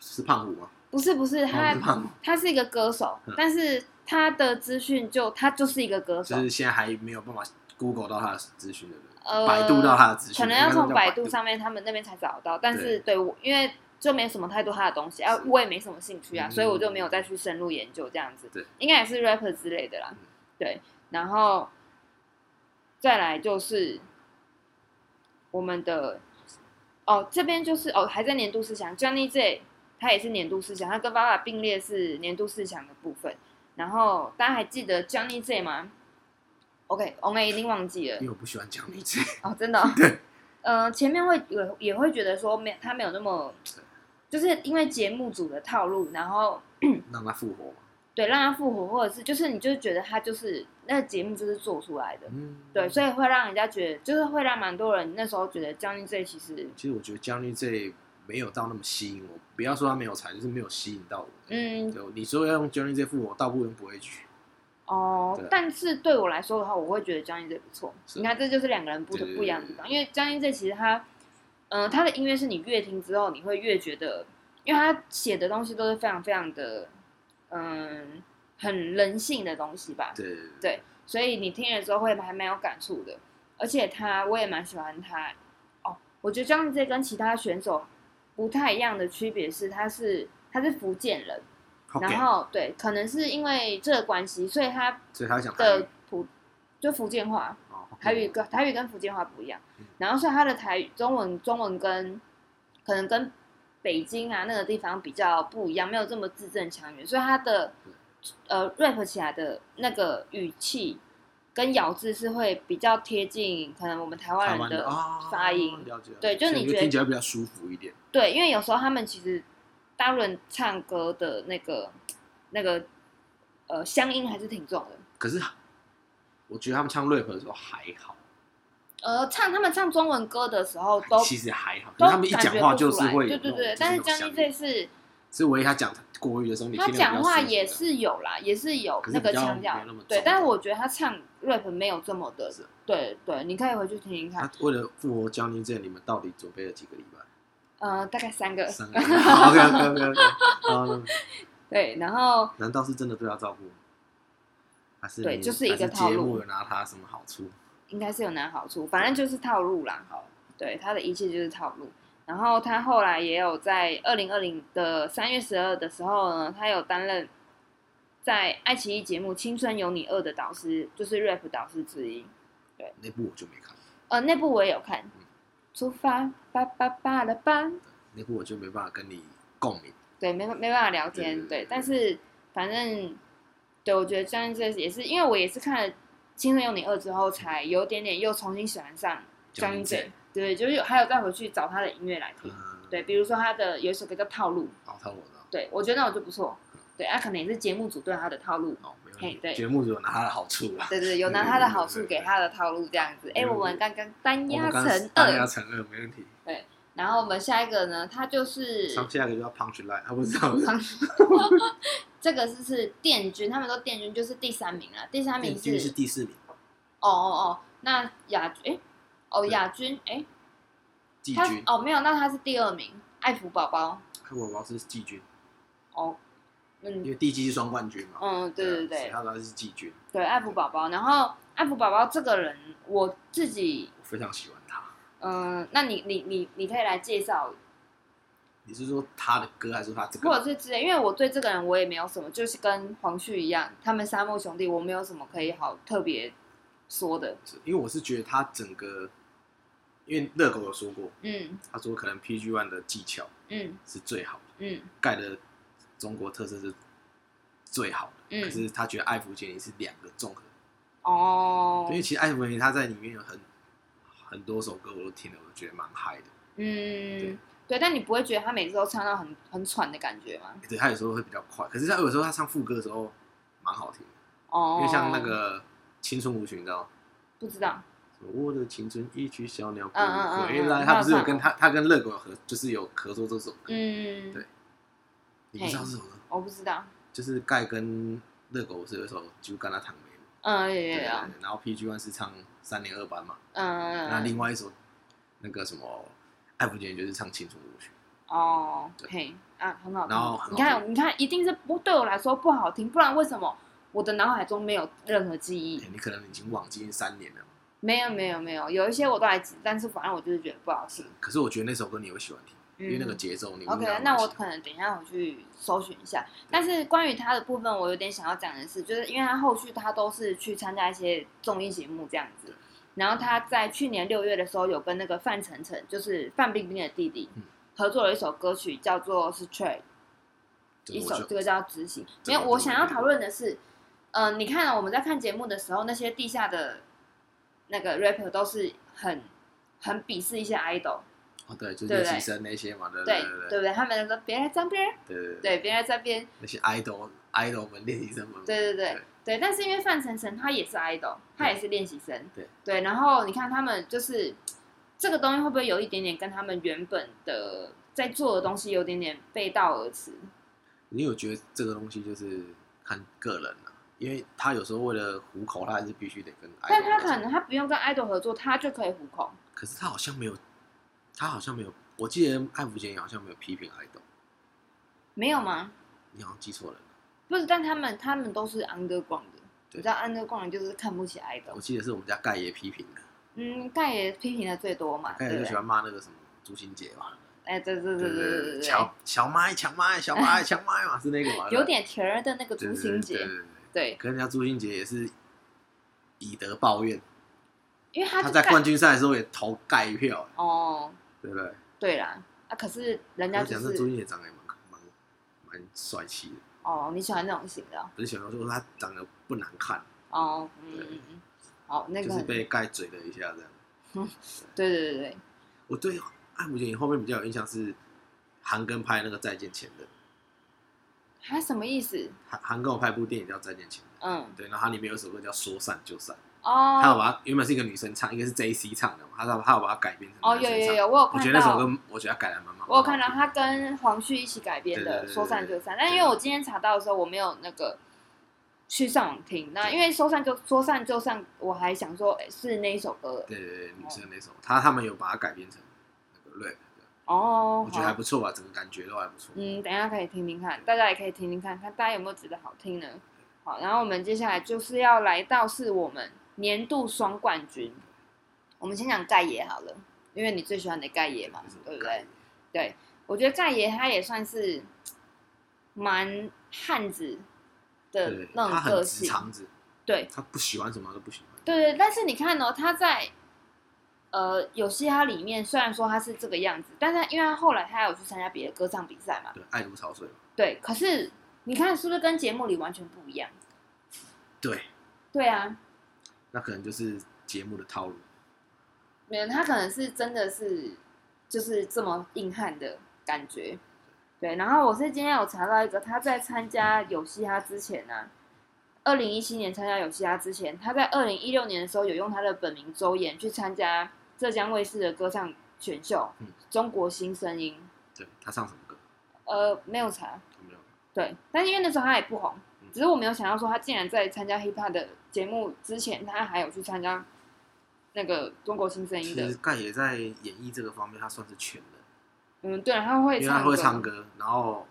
[SPEAKER 1] 是胖虎吗？
[SPEAKER 2] 不是不是，
[SPEAKER 1] 哦
[SPEAKER 2] 他
[SPEAKER 1] 不是嗯胖虎，
[SPEAKER 2] 他是一个歌手，但是他的资讯就他就是一个歌手
[SPEAKER 1] 就，是现在还没有办法 Google 到他的资讯的人，
[SPEAKER 2] 呃
[SPEAKER 1] 百度到他的资讯，
[SPEAKER 2] 可能要从
[SPEAKER 1] 百
[SPEAKER 2] 百度上面他们那边才找得到，但是
[SPEAKER 1] 对
[SPEAKER 2] 对我因为就没什么太多他的东西，啊，
[SPEAKER 1] 是
[SPEAKER 2] 我也没什么兴趣啊，
[SPEAKER 1] 嗯
[SPEAKER 2] 所以我就没有再去深入研究这样子。
[SPEAKER 1] 对，
[SPEAKER 2] 应该也是 rapper 之类的啦。
[SPEAKER 1] 嗯
[SPEAKER 2] 对，然后再来就是我们的哦，这边就是哦，还在年度四强，Johnny J 他也是年度四强，他跟爸爸并列是年度四强的部分。然后大家还记得 Johnny J 吗？OK，On、A 一定忘记了
[SPEAKER 1] 因。为我不喜欢讲你这，
[SPEAKER 2] 哦，真的、哦。
[SPEAKER 1] 对。
[SPEAKER 2] 呃，前面会也也会觉得说没他没有那么，就是因为节目组的套路，然后
[SPEAKER 1] 让他复活嘛。
[SPEAKER 2] 对让他复活，或者是就是你就是觉得他就是那个节目就是做出来的，
[SPEAKER 1] 嗯，
[SPEAKER 2] 对，所以会让人家觉得就是会让蛮多人那时候觉得江一 J 其实
[SPEAKER 1] 其实我觉得 Johnny 这没有到那么吸引我。不要说他没有才，就是没有吸引到我。
[SPEAKER 2] 嗯，
[SPEAKER 1] 对，你说要用 Johnny J 付我，倒不如不会去。
[SPEAKER 2] 哦
[SPEAKER 1] 对，啊
[SPEAKER 2] 但是对我来说的话，我会觉得 Johnny J 不错。
[SPEAKER 1] 是啊
[SPEAKER 2] 你看，这就是两个人不
[SPEAKER 1] 对对对
[SPEAKER 2] 不一样的地方，因为 Johnny J 其实他，嗯、他的音乐是你越听之后，你会越觉得，因为他写的东西都是非常非常的，嗯，很人性的东西吧。
[SPEAKER 1] 对
[SPEAKER 2] 啊对所以你听了之后会还蛮有感触的。而且他，我也蛮喜欢他。哦，我觉得张志跟其他选手不太一样的区别是，他是他是福建人然
[SPEAKER 1] ，OK，
[SPEAKER 2] 后对，可能是因为这个关系，所以他
[SPEAKER 1] 所以他想
[SPEAKER 2] 的普就福建话，
[SPEAKER 1] 哦，OK，
[SPEAKER 2] 台语跟台语跟福建话不一样
[SPEAKER 1] 嗯，
[SPEAKER 2] 然后所以他的台语中文中文跟可能跟北京啊那个地方比较不一样，没有这么字正腔圆，所以他的
[SPEAKER 1] 嗯
[SPEAKER 2] 呃 rap 起来的那个语气跟咬字是会比较贴近可能我们台湾
[SPEAKER 1] 台
[SPEAKER 2] 人
[SPEAKER 1] 湾
[SPEAKER 2] 的
[SPEAKER 1] 哦
[SPEAKER 2] 发音，
[SPEAKER 1] 了解了
[SPEAKER 2] 对就
[SPEAKER 1] 所以
[SPEAKER 2] 你
[SPEAKER 1] 会
[SPEAKER 2] 觉得
[SPEAKER 1] 听起来比较舒服一点。
[SPEAKER 2] 对，因为有时候他们其实大陆人唱歌的那个那个呃乡音还是挺重的。
[SPEAKER 1] 可是我觉得他们唱 rap 的时候还好，
[SPEAKER 2] 呃，唱他们唱中文歌的时候都
[SPEAKER 1] 其实还好，可
[SPEAKER 2] 都
[SPEAKER 1] 是他们一讲话就是
[SPEAKER 2] 感觉不出
[SPEAKER 1] 会
[SPEAKER 2] 来
[SPEAKER 1] 有那
[SPEAKER 2] 对对
[SPEAKER 1] 种
[SPEAKER 2] 对，但是
[SPEAKER 1] 就是那种
[SPEAKER 2] Johnny
[SPEAKER 1] 乡
[SPEAKER 2] J
[SPEAKER 1] 音
[SPEAKER 2] 是
[SPEAKER 1] 所以我以为他讲国语的时候，你
[SPEAKER 2] 他
[SPEAKER 1] 听得比较
[SPEAKER 2] 讲话
[SPEAKER 1] 舒服
[SPEAKER 2] 也
[SPEAKER 1] 的
[SPEAKER 2] 是有啦，也是有
[SPEAKER 1] 可是
[SPEAKER 2] 那个
[SPEAKER 1] 比较
[SPEAKER 2] 腔调
[SPEAKER 1] 没有那么，
[SPEAKER 2] 对，
[SPEAKER 1] 重
[SPEAKER 2] 但是我觉得他唱 rap 没有这么的
[SPEAKER 1] 是，啊
[SPEAKER 2] 对对，你可以回去听听看
[SPEAKER 1] 他，为了复活 Johnny J，你们到底准备了几个礼拜？
[SPEAKER 2] 呃，大概三个，
[SPEAKER 1] 三个 礼拜。OK 哦 OK OK OK。啊，
[SPEAKER 2] 对，然后
[SPEAKER 1] 难道是真的对他照顾吗？还是
[SPEAKER 2] 对
[SPEAKER 1] 你
[SPEAKER 2] 就是一
[SPEAKER 1] 还
[SPEAKER 2] 个套路
[SPEAKER 1] 节目有拿他什么好处？
[SPEAKER 2] 应该是有拿好处，反正就是套路啦，
[SPEAKER 1] 好，
[SPEAKER 2] 对，他的一切就是套路。然后他后来也有在二零二零的三月十二的时候呢，他有担任在爱奇艺节目《青春有你二》的导师，就是 rap 导师之一。
[SPEAKER 1] 那部我就没看，
[SPEAKER 2] 呃，那部我也有看，出发叭叭叭了吧，
[SPEAKER 1] 那部我就没办法跟你共鸣。
[SPEAKER 2] 对，没没办法聊天，
[SPEAKER 1] 对对
[SPEAKER 2] 对，但是反正对我觉得这样这也是因为我也是看了《青春有你二》之后，才有点点又重新喜欢上张
[SPEAKER 1] Johnny
[SPEAKER 2] 英
[SPEAKER 1] J
[SPEAKER 2] 哲，对，就是有还有再回去找他的音乐来听，
[SPEAKER 1] 嗯，
[SPEAKER 2] 对，，比如说他的有一首歌叫《套路》，
[SPEAKER 1] 好，他我的
[SPEAKER 2] 对我觉得那我就不错，对，他、可能也是节目组对他的套路。
[SPEAKER 1] 哦，没问
[SPEAKER 2] 嘿对
[SPEAKER 1] 题。节目有拿他的好处啊啦。
[SPEAKER 2] 对对，对有拿他的好处给他的套路这样子。哎，
[SPEAKER 1] 嗯
[SPEAKER 2] 我们刚刚单
[SPEAKER 1] 我
[SPEAKER 2] 压
[SPEAKER 1] 们刚
[SPEAKER 2] 成
[SPEAKER 1] 刚大家
[SPEAKER 2] 二，
[SPEAKER 1] 乘二没问题。
[SPEAKER 2] 然后我们下一个呢，他就是
[SPEAKER 1] 上下一个就要 punch line，他不知道。他
[SPEAKER 2] 这个是是殿军，他们说殿军就是第三名啦，第三名是
[SPEAKER 1] 是第四名，
[SPEAKER 2] 哦哦哦，那亚军，哎，哦亚军，哎，
[SPEAKER 1] 季
[SPEAKER 2] 他
[SPEAKER 1] 军，
[SPEAKER 2] 哦没有，那他是第二名，爱福宝宝，
[SPEAKER 1] 我宝是季军，
[SPEAKER 2] 哦，
[SPEAKER 1] 因
[SPEAKER 2] 嗯
[SPEAKER 1] 为第一季是双冠军嘛。
[SPEAKER 2] 嗯，对对
[SPEAKER 1] 所以
[SPEAKER 2] 对
[SPEAKER 1] 啊他他是季军，
[SPEAKER 2] 对，爱福宝宝，然后爱福宝宝这个人，我自己，
[SPEAKER 1] 我非常喜欢他。
[SPEAKER 2] 嗯、那你你你你可以来介绍，
[SPEAKER 1] 你是说他的歌，还是说他这
[SPEAKER 2] 或
[SPEAKER 1] 个？
[SPEAKER 2] 者是之类，因为我对这个人我也没有什么，就是跟黄旭一样，他们沙漠兄弟，我没有什么可以好特别说的，
[SPEAKER 1] 因为我是觉得他整个，因为热狗有说过，
[SPEAKER 2] 嗯
[SPEAKER 1] 他说可能 PG One 的技巧
[SPEAKER 2] 嗯
[SPEAKER 1] 是最好的，
[SPEAKER 2] 嗯
[SPEAKER 1] 盖的中国特色是最好的。
[SPEAKER 2] 嗯
[SPEAKER 1] 可是他觉得艾福杰尼是两个综合，
[SPEAKER 2] 哦
[SPEAKER 1] 因，为其实艾福杰尼他在里面有很很多首歌我都听了，我觉得蛮嗨的。
[SPEAKER 2] 嗯
[SPEAKER 1] 对，
[SPEAKER 2] 对，但你不会觉得他每次都唱到很很喘的感觉吗？
[SPEAKER 1] 对他有时候会比较快，可是他有时候他唱副歌的时候蛮好听的，
[SPEAKER 2] 哦，
[SPEAKER 1] 因为像那个《青春舞曲》，你知道吗？
[SPEAKER 2] 不知道，
[SPEAKER 1] 什么我的青春一曲小鸟不
[SPEAKER 2] 嗯嗯嗯
[SPEAKER 1] 回
[SPEAKER 2] 嗯
[SPEAKER 1] 来，他不是有跟
[SPEAKER 2] 那
[SPEAKER 1] 他他跟热狗有合，就是有合作这首歌，
[SPEAKER 2] 嗯，
[SPEAKER 1] 对你不知道这首歌？
[SPEAKER 2] 我不知道，
[SPEAKER 1] 就是盖跟热狗是有一首《就跟他躺没》嘛，
[SPEAKER 2] 嗯，也
[SPEAKER 1] 对
[SPEAKER 2] 也有，
[SPEAKER 1] 然后 PG One 是唱三年二班嘛，那
[SPEAKER 2] 嗯，
[SPEAKER 1] 另外一首那个什么艾福杰就是唱《青春舞曲
[SPEAKER 2] 哦，
[SPEAKER 1] 对
[SPEAKER 2] 嘿，啊，很好
[SPEAKER 1] 然后很
[SPEAKER 2] 听，
[SPEAKER 1] 好
[SPEAKER 2] 你看，你看，一定是不对我来说不好听，不然为什么我的脑海中没有任何记》忆
[SPEAKER 1] 哎，？你可能已经忘记三年了，
[SPEAKER 2] 没有，没有，没有，有一些我都还记，但是反正我就是觉得不好听。
[SPEAKER 1] 可是我觉得那首歌你会喜欢听，因为那个
[SPEAKER 2] 嗯
[SPEAKER 1] 节奏你会
[SPEAKER 2] OK，
[SPEAKER 1] 让
[SPEAKER 2] 那
[SPEAKER 1] 你
[SPEAKER 2] 我
[SPEAKER 1] 喜
[SPEAKER 2] 可能等一下我去搜寻一下。但是关于他的部分，我有点想要讲的是，就是因为他后续他都是去参加一些综艺节目这样子。然后他在去年六月的时候，有跟那个范丞丞，就是范冰冰的弟弟
[SPEAKER 1] 嗯，
[SPEAKER 2] 合作了一首歌曲，叫做《Stray》，
[SPEAKER 1] 对
[SPEAKER 2] 一
[SPEAKER 1] 我
[SPEAKER 2] 首
[SPEAKER 1] 就
[SPEAKER 2] 这个叫《执行》。
[SPEAKER 1] 这
[SPEAKER 2] 没
[SPEAKER 1] 个
[SPEAKER 2] 有，我
[SPEAKER 1] 这个
[SPEAKER 2] 想
[SPEAKER 1] 我
[SPEAKER 2] 要
[SPEAKER 1] 没
[SPEAKER 2] 讨论的是，呃，你看、啊、我们在看节目的时候，那些地下的那个 rapper 都是很很鄙视一些 idol，
[SPEAKER 1] 哦对，就
[SPEAKER 2] 对
[SPEAKER 1] 是练
[SPEAKER 2] 不
[SPEAKER 1] 习
[SPEAKER 2] 对
[SPEAKER 1] 生那些嘛，对
[SPEAKER 2] 对
[SPEAKER 1] 对
[SPEAKER 2] 对不对？他们说别来沾边儿，
[SPEAKER 1] 对对
[SPEAKER 2] 对，别来沾边。
[SPEAKER 1] 那些 idol idol 们练习生们，
[SPEAKER 2] 对对对
[SPEAKER 1] 对
[SPEAKER 2] 对，但是因为范丞丞他也是 idol，他也是练习生，
[SPEAKER 1] 对
[SPEAKER 2] 然后你看他们就是这个东西会不会有一点点跟他们原本的在做的东西有点点背道而驰？
[SPEAKER 1] 你有觉得这个东西就是看个人啊，因为他有时候为了糊口，他还是必须得跟 idol 合作。
[SPEAKER 2] 但他可能他不用跟 idol 合作，他就可以糊口。
[SPEAKER 1] 可是他好像没有，他好像没有，我记得艾福杰好像没有批评 idol，
[SPEAKER 2] 没有吗？
[SPEAKER 1] 你好像记错人了。
[SPEAKER 2] 不是，但他们他们都是 underground 的，
[SPEAKER 1] 对
[SPEAKER 2] 你知道 underground 就是看不起 idol
[SPEAKER 1] 我。记得是我们家盖爷批评的，
[SPEAKER 2] 嗯，盖也批评的最多嘛，
[SPEAKER 1] 盖爷
[SPEAKER 2] 对不
[SPEAKER 1] 就喜
[SPEAKER 2] 对？
[SPEAKER 1] 欢骂那个什么朱星杰嘛，
[SPEAKER 2] 哎，对对对对对
[SPEAKER 1] 对
[SPEAKER 2] 对对
[SPEAKER 1] 小，小麦强麦小麦强麦嘛，是那个嘛，
[SPEAKER 2] 有点甜儿的那个
[SPEAKER 1] 啊对
[SPEAKER 2] 竹心
[SPEAKER 1] 对
[SPEAKER 2] 节，
[SPEAKER 1] 对对对
[SPEAKER 2] 对，
[SPEAKER 1] 可是人家朱星杰也是以德报怨，
[SPEAKER 2] 因为他
[SPEAKER 1] 他
[SPEAKER 2] 就
[SPEAKER 1] 在
[SPEAKER 2] 盖
[SPEAKER 1] 冠军赛的时候也投盖一票，
[SPEAKER 2] 哦，
[SPEAKER 1] 对不对？
[SPEAKER 2] 对啦，啊，可是人
[SPEAKER 1] 我
[SPEAKER 2] 家
[SPEAKER 1] 讲
[SPEAKER 2] 就
[SPEAKER 1] 这朱
[SPEAKER 2] 是
[SPEAKER 1] 星杰长得也蛮蛮蛮帅气的，
[SPEAKER 2] 哦，你喜欢那种型的哦
[SPEAKER 1] 不是喜欢说他长得不难看，
[SPEAKER 2] 哦，嗯
[SPEAKER 1] 对
[SPEAKER 2] 嗯嗯，好，那
[SPEAKER 1] 就
[SPEAKER 2] 个
[SPEAKER 1] 是
[SPEAKER 2] 很对
[SPEAKER 1] 被盖嘴了一下这样。
[SPEAKER 2] 对对对，
[SPEAKER 1] 我对艾姆杰后面比较有印象是韩庚拍那个《再见前任》，
[SPEAKER 2] 他什么意思？
[SPEAKER 1] 韩韩庚有拍部电影叫《再见前任
[SPEAKER 2] 嗯》，，
[SPEAKER 1] 对，然后它里面有一首歌叫《说散就散》，他有
[SPEAKER 2] 哦
[SPEAKER 1] 把它原本是一个女生唱，一个是 J C 唱的嘛，他他有把它改编成
[SPEAKER 2] 哦，
[SPEAKER 1] 男
[SPEAKER 2] 有
[SPEAKER 1] 生唱。
[SPEAKER 2] 有有，我有
[SPEAKER 1] 我觉得
[SPEAKER 2] 看
[SPEAKER 1] 那首
[SPEAKER 2] 到。
[SPEAKER 1] 歌，我觉得改的蛮蛮。
[SPEAKER 2] 我有看到他跟黄旭一起改编
[SPEAKER 1] 对对
[SPEAKER 2] 的
[SPEAKER 1] 对
[SPEAKER 2] 《
[SPEAKER 1] 对
[SPEAKER 2] 说散就散》，但因为
[SPEAKER 1] 对
[SPEAKER 2] 我今天查到的时候，我没有那个去上网听。那
[SPEAKER 1] 对
[SPEAKER 2] 因为《说散就说散就散》，我还想说，哎，是那一首歌
[SPEAKER 1] 对对对，女生那首，他他们有把它改编成那个 rap，的
[SPEAKER 2] 哦。
[SPEAKER 1] 我觉
[SPEAKER 2] 好。
[SPEAKER 1] 得还不错吧，啊整个感觉都还不错。
[SPEAKER 2] 嗯，等一下可以听听看，大家也可以听听看，看大家有没有觉得好听呢？好，然后我们接下来就是要来到是我们年度双冠军，我们先讲盖爷好了，因为你最喜欢的盖爷嘛
[SPEAKER 1] 就是，我
[SPEAKER 2] 对不
[SPEAKER 1] 改
[SPEAKER 2] 对？我觉得盖爷他也算是蛮汉子的
[SPEAKER 1] 对，
[SPEAKER 2] 那
[SPEAKER 1] 他
[SPEAKER 2] 种
[SPEAKER 1] 很
[SPEAKER 2] 个
[SPEAKER 1] 直
[SPEAKER 2] 性，
[SPEAKER 1] 肠子，
[SPEAKER 2] 对
[SPEAKER 1] 他不喜欢什么都不喜欢。
[SPEAKER 2] 对对，但是你看哦，他在呃有嘻哈里面虽然说他是这个样子，但是他因为他后来他有去参加别的歌唱比赛嘛，
[SPEAKER 1] 对，爱如潮水。
[SPEAKER 2] 对，可是你看是不是跟节目里完全不一样？
[SPEAKER 1] 对，
[SPEAKER 2] 对啊，
[SPEAKER 1] 那可能就是节目的套路。
[SPEAKER 2] 没有他可能是真的是就是这么硬汉的感觉。对，然后我是今天有查到一个，他在参加有嘻哈之前呢、啊，二零一七年参加有嘻哈之前，他在二零一六年的时候有用他的本名周岩去参加浙江卫视的歌唱选秀《
[SPEAKER 1] 嗯
[SPEAKER 2] 中国新声音》，
[SPEAKER 1] 对他唱什么歌？
[SPEAKER 2] 呃，没有查，
[SPEAKER 1] 有没有？
[SPEAKER 2] 对，但因为那时候他也不红
[SPEAKER 1] 嗯，
[SPEAKER 2] 只是我没有想到说他竟然在参加 hiphop 的节目之前，他还有去参加那个中国新声音
[SPEAKER 1] 其
[SPEAKER 2] 的
[SPEAKER 1] 实。盖也在演艺这个方面，他算是全能，
[SPEAKER 2] 嗯，对，他会
[SPEAKER 1] 因为
[SPEAKER 2] 唱
[SPEAKER 1] 他
[SPEAKER 2] 歌，
[SPEAKER 1] 会唱歌，然后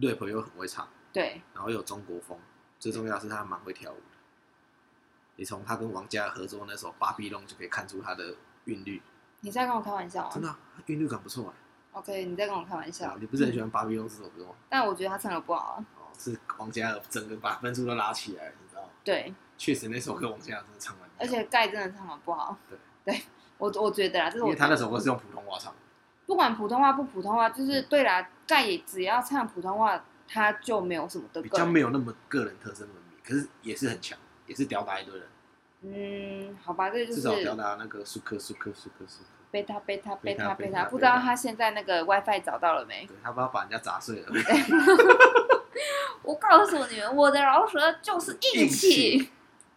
[SPEAKER 1] rap 又很会唱，
[SPEAKER 2] 对，
[SPEAKER 1] 然后又有中国风，最重要的是他蛮会跳舞的。你从他跟王嘉尔合作那首《巴比龙》就可以看出他的韵律，
[SPEAKER 2] 你在跟我开玩笑啊
[SPEAKER 1] 真的啊、他韵律感不错哎、
[SPEAKER 2] ？OK，你在跟我开玩笑
[SPEAKER 1] 啊。你不是很喜欢《巴比龙》这首歌吗？
[SPEAKER 2] 但我觉得他唱的不好啊。
[SPEAKER 1] 哦，是王嘉尔整个把分数都拉起来，你知道吗？
[SPEAKER 2] 对，
[SPEAKER 1] 确实那首歌王嘉尔真的唱完，
[SPEAKER 2] 而且盖真的唱的不好。
[SPEAKER 1] 对，
[SPEAKER 2] 我我觉得啦，这是
[SPEAKER 1] 因
[SPEAKER 2] 我
[SPEAKER 1] 为他那首歌是用普通话唱的，
[SPEAKER 2] 不管普通话不普通话，就是对啦，盖也只要唱普通话，他就没有什么的
[SPEAKER 1] 比
[SPEAKER 2] 个
[SPEAKER 1] 较
[SPEAKER 2] 人。
[SPEAKER 1] 没有那么个人特色那么明，可是也是很强，也是吊打一堆人。
[SPEAKER 2] 嗯，好吧，这就
[SPEAKER 1] 至
[SPEAKER 2] 是
[SPEAKER 1] 少表达那个舒克舒克舒克舒克，
[SPEAKER 2] 贝塔贝塔贝
[SPEAKER 1] 贝
[SPEAKER 2] 塔
[SPEAKER 1] 塔
[SPEAKER 2] 贝
[SPEAKER 1] 贝
[SPEAKER 2] 塔，
[SPEAKER 1] 塔
[SPEAKER 2] 不知道他现在那个 WiFi 找到了没？
[SPEAKER 1] 对他不要把人家砸碎了。
[SPEAKER 2] 哎我告诉你们，我的老舌就是硬
[SPEAKER 1] 硬
[SPEAKER 2] 气
[SPEAKER 1] 气。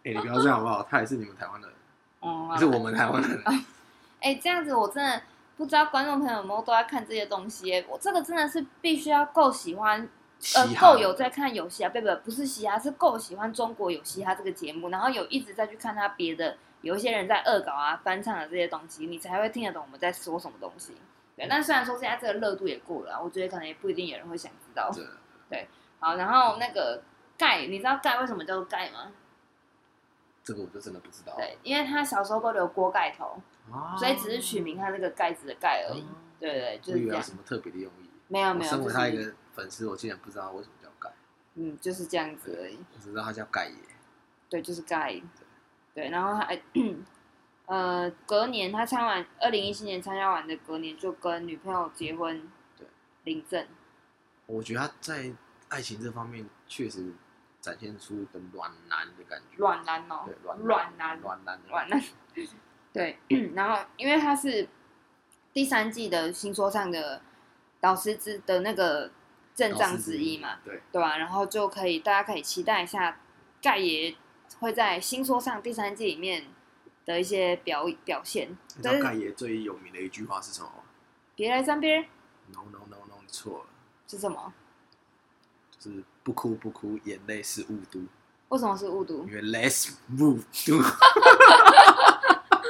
[SPEAKER 1] 哎、你不要这样好不好？他也是你们台湾人，
[SPEAKER 2] 哦、
[SPEAKER 1] 也是我们台湾人。
[SPEAKER 2] 哎、这样子我真的不知道观众朋友们都在看这些东西耶。我这个真的是必须要够喜欢，
[SPEAKER 1] 嘻
[SPEAKER 2] 呃，
[SPEAKER 1] 哈
[SPEAKER 2] 够有在看有嘻哈，不不不是嘻哈，是够喜欢中国有嘻哈这个节目，然后有一直在去看他别的，有一些人在恶搞啊、翻唱的这些东西，你才会听得懂我们在说什么东西。对，但虽然说现在这个热度也过了啊、我觉得可能也不一定有人会想知道。
[SPEAKER 1] 对
[SPEAKER 2] 好，然后那个盖，你知道盖为什么叫做盖吗？
[SPEAKER 1] 这个我就真的不知道。
[SPEAKER 2] 对，因为他小时候都留锅盖头，
[SPEAKER 1] 啊
[SPEAKER 2] 所以只是取名他这个盖子的盖而已。
[SPEAKER 1] 哦
[SPEAKER 2] 对对对，就
[SPEAKER 1] 我以
[SPEAKER 2] 是
[SPEAKER 1] 为
[SPEAKER 2] 这
[SPEAKER 1] 有
[SPEAKER 2] 样。
[SPEAKER 1] 什么特别的用意。
[SPEAKER 2] 没有
[SPEAKER 1] 我
[SPEAKER 2] 没有，
[SPEAKER 1] 身
[SPEAKER 2] 就
[SPEAKER 1] 为他一
[SPEAKER 2] 是
[SPEAKER 1] 个粉丝，我竟然不知道为什么叫盖，
[SPEAKER 2] 嗯，就是这样子而已。
[SPEAKER 1] 我只知道他叫盖爷。
[SPEAKER 2] 对，就是盖。对，然后他还 呃，隔年他参完二零一七年参加完的隔年就跟女朋友结婚，
[SPEAKER 1] 对，
[SPEAKER 2] 领证。
[SPEAKER 1] 我觉得他在爱情这方面确实展现出一个暖男的感觉。
[SPEAKER 2] 软男哦
[SPEAKER 1] 对，软
[SPEAKER 2] 软男，
[SPEAKER 1] 暖男的
[SPEAKER 2] 软男。对， 然后因为他是第三季的新说唱的导师之的那个阵
[SPEAKER 1] 老
[SPEAKER 2] 仗
[SPEAKER 1] 师
[SPEAKER 2] 之一嘛，。
[SPEAKER 1] 对，
[SPEAKER 2] 对吧、然后就可以，大家可以期待一下，盖爷会在《新说唱》第三季里面的一些表表现。
[SPEAKER 1] 你知
[SPEAKER 2] 但
[SPEAKER 1] 道
[SPEAKER 2] 是
[SPEAKER 1] 盖爷最有名的一句话是什么吗
[SPEAKER 2] 别来沾边
[SPEAKER 1] ？No No No No，你错了，
[SPEAKER 2] 是什么？
[SPEAKER 1] 就是不哭不哭，眼泪是雾都，
[SPEAKER 2] 为什么是误读
[SPEAKER 1] 因？为 Let's move to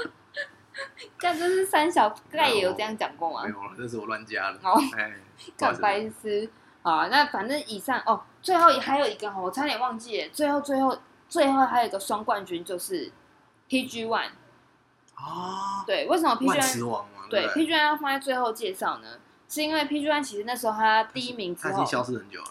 [SPEAKER 2] 但这是三小盖也有这样讲过吗
[SPEAKER 1] 没？有了，这是我乱加了。
[SPEAKER 2] 哦
[SPEAKER 1] 哎，不好意
[SPEAKER 2] 干
[SPEAKER 1] 思
[SPEAKER 2] 白痴啊！那反正以上哦，最后还有一个哈，我差点忘记了，最后最后最后还有一个双冠军就是 PG One。
[SPEAKER 1] 啊，
[SPEAKER 2] 对，为什么 PG
[SPEAKER 1] 万磁
[SPEAKER 2] One
[SPEAKER 1] 王嘛，
[SPEAKER 2] 对
[SPEAKER 1] 不
[SPEAKER 2] PG One 要放在最后介绍呢？是因为 PG One 其实那时候他第一名之
[SPEAKER 1] 他已经消
[SPEAKER 2] 后，
[SPEAKER 1] 失很久了，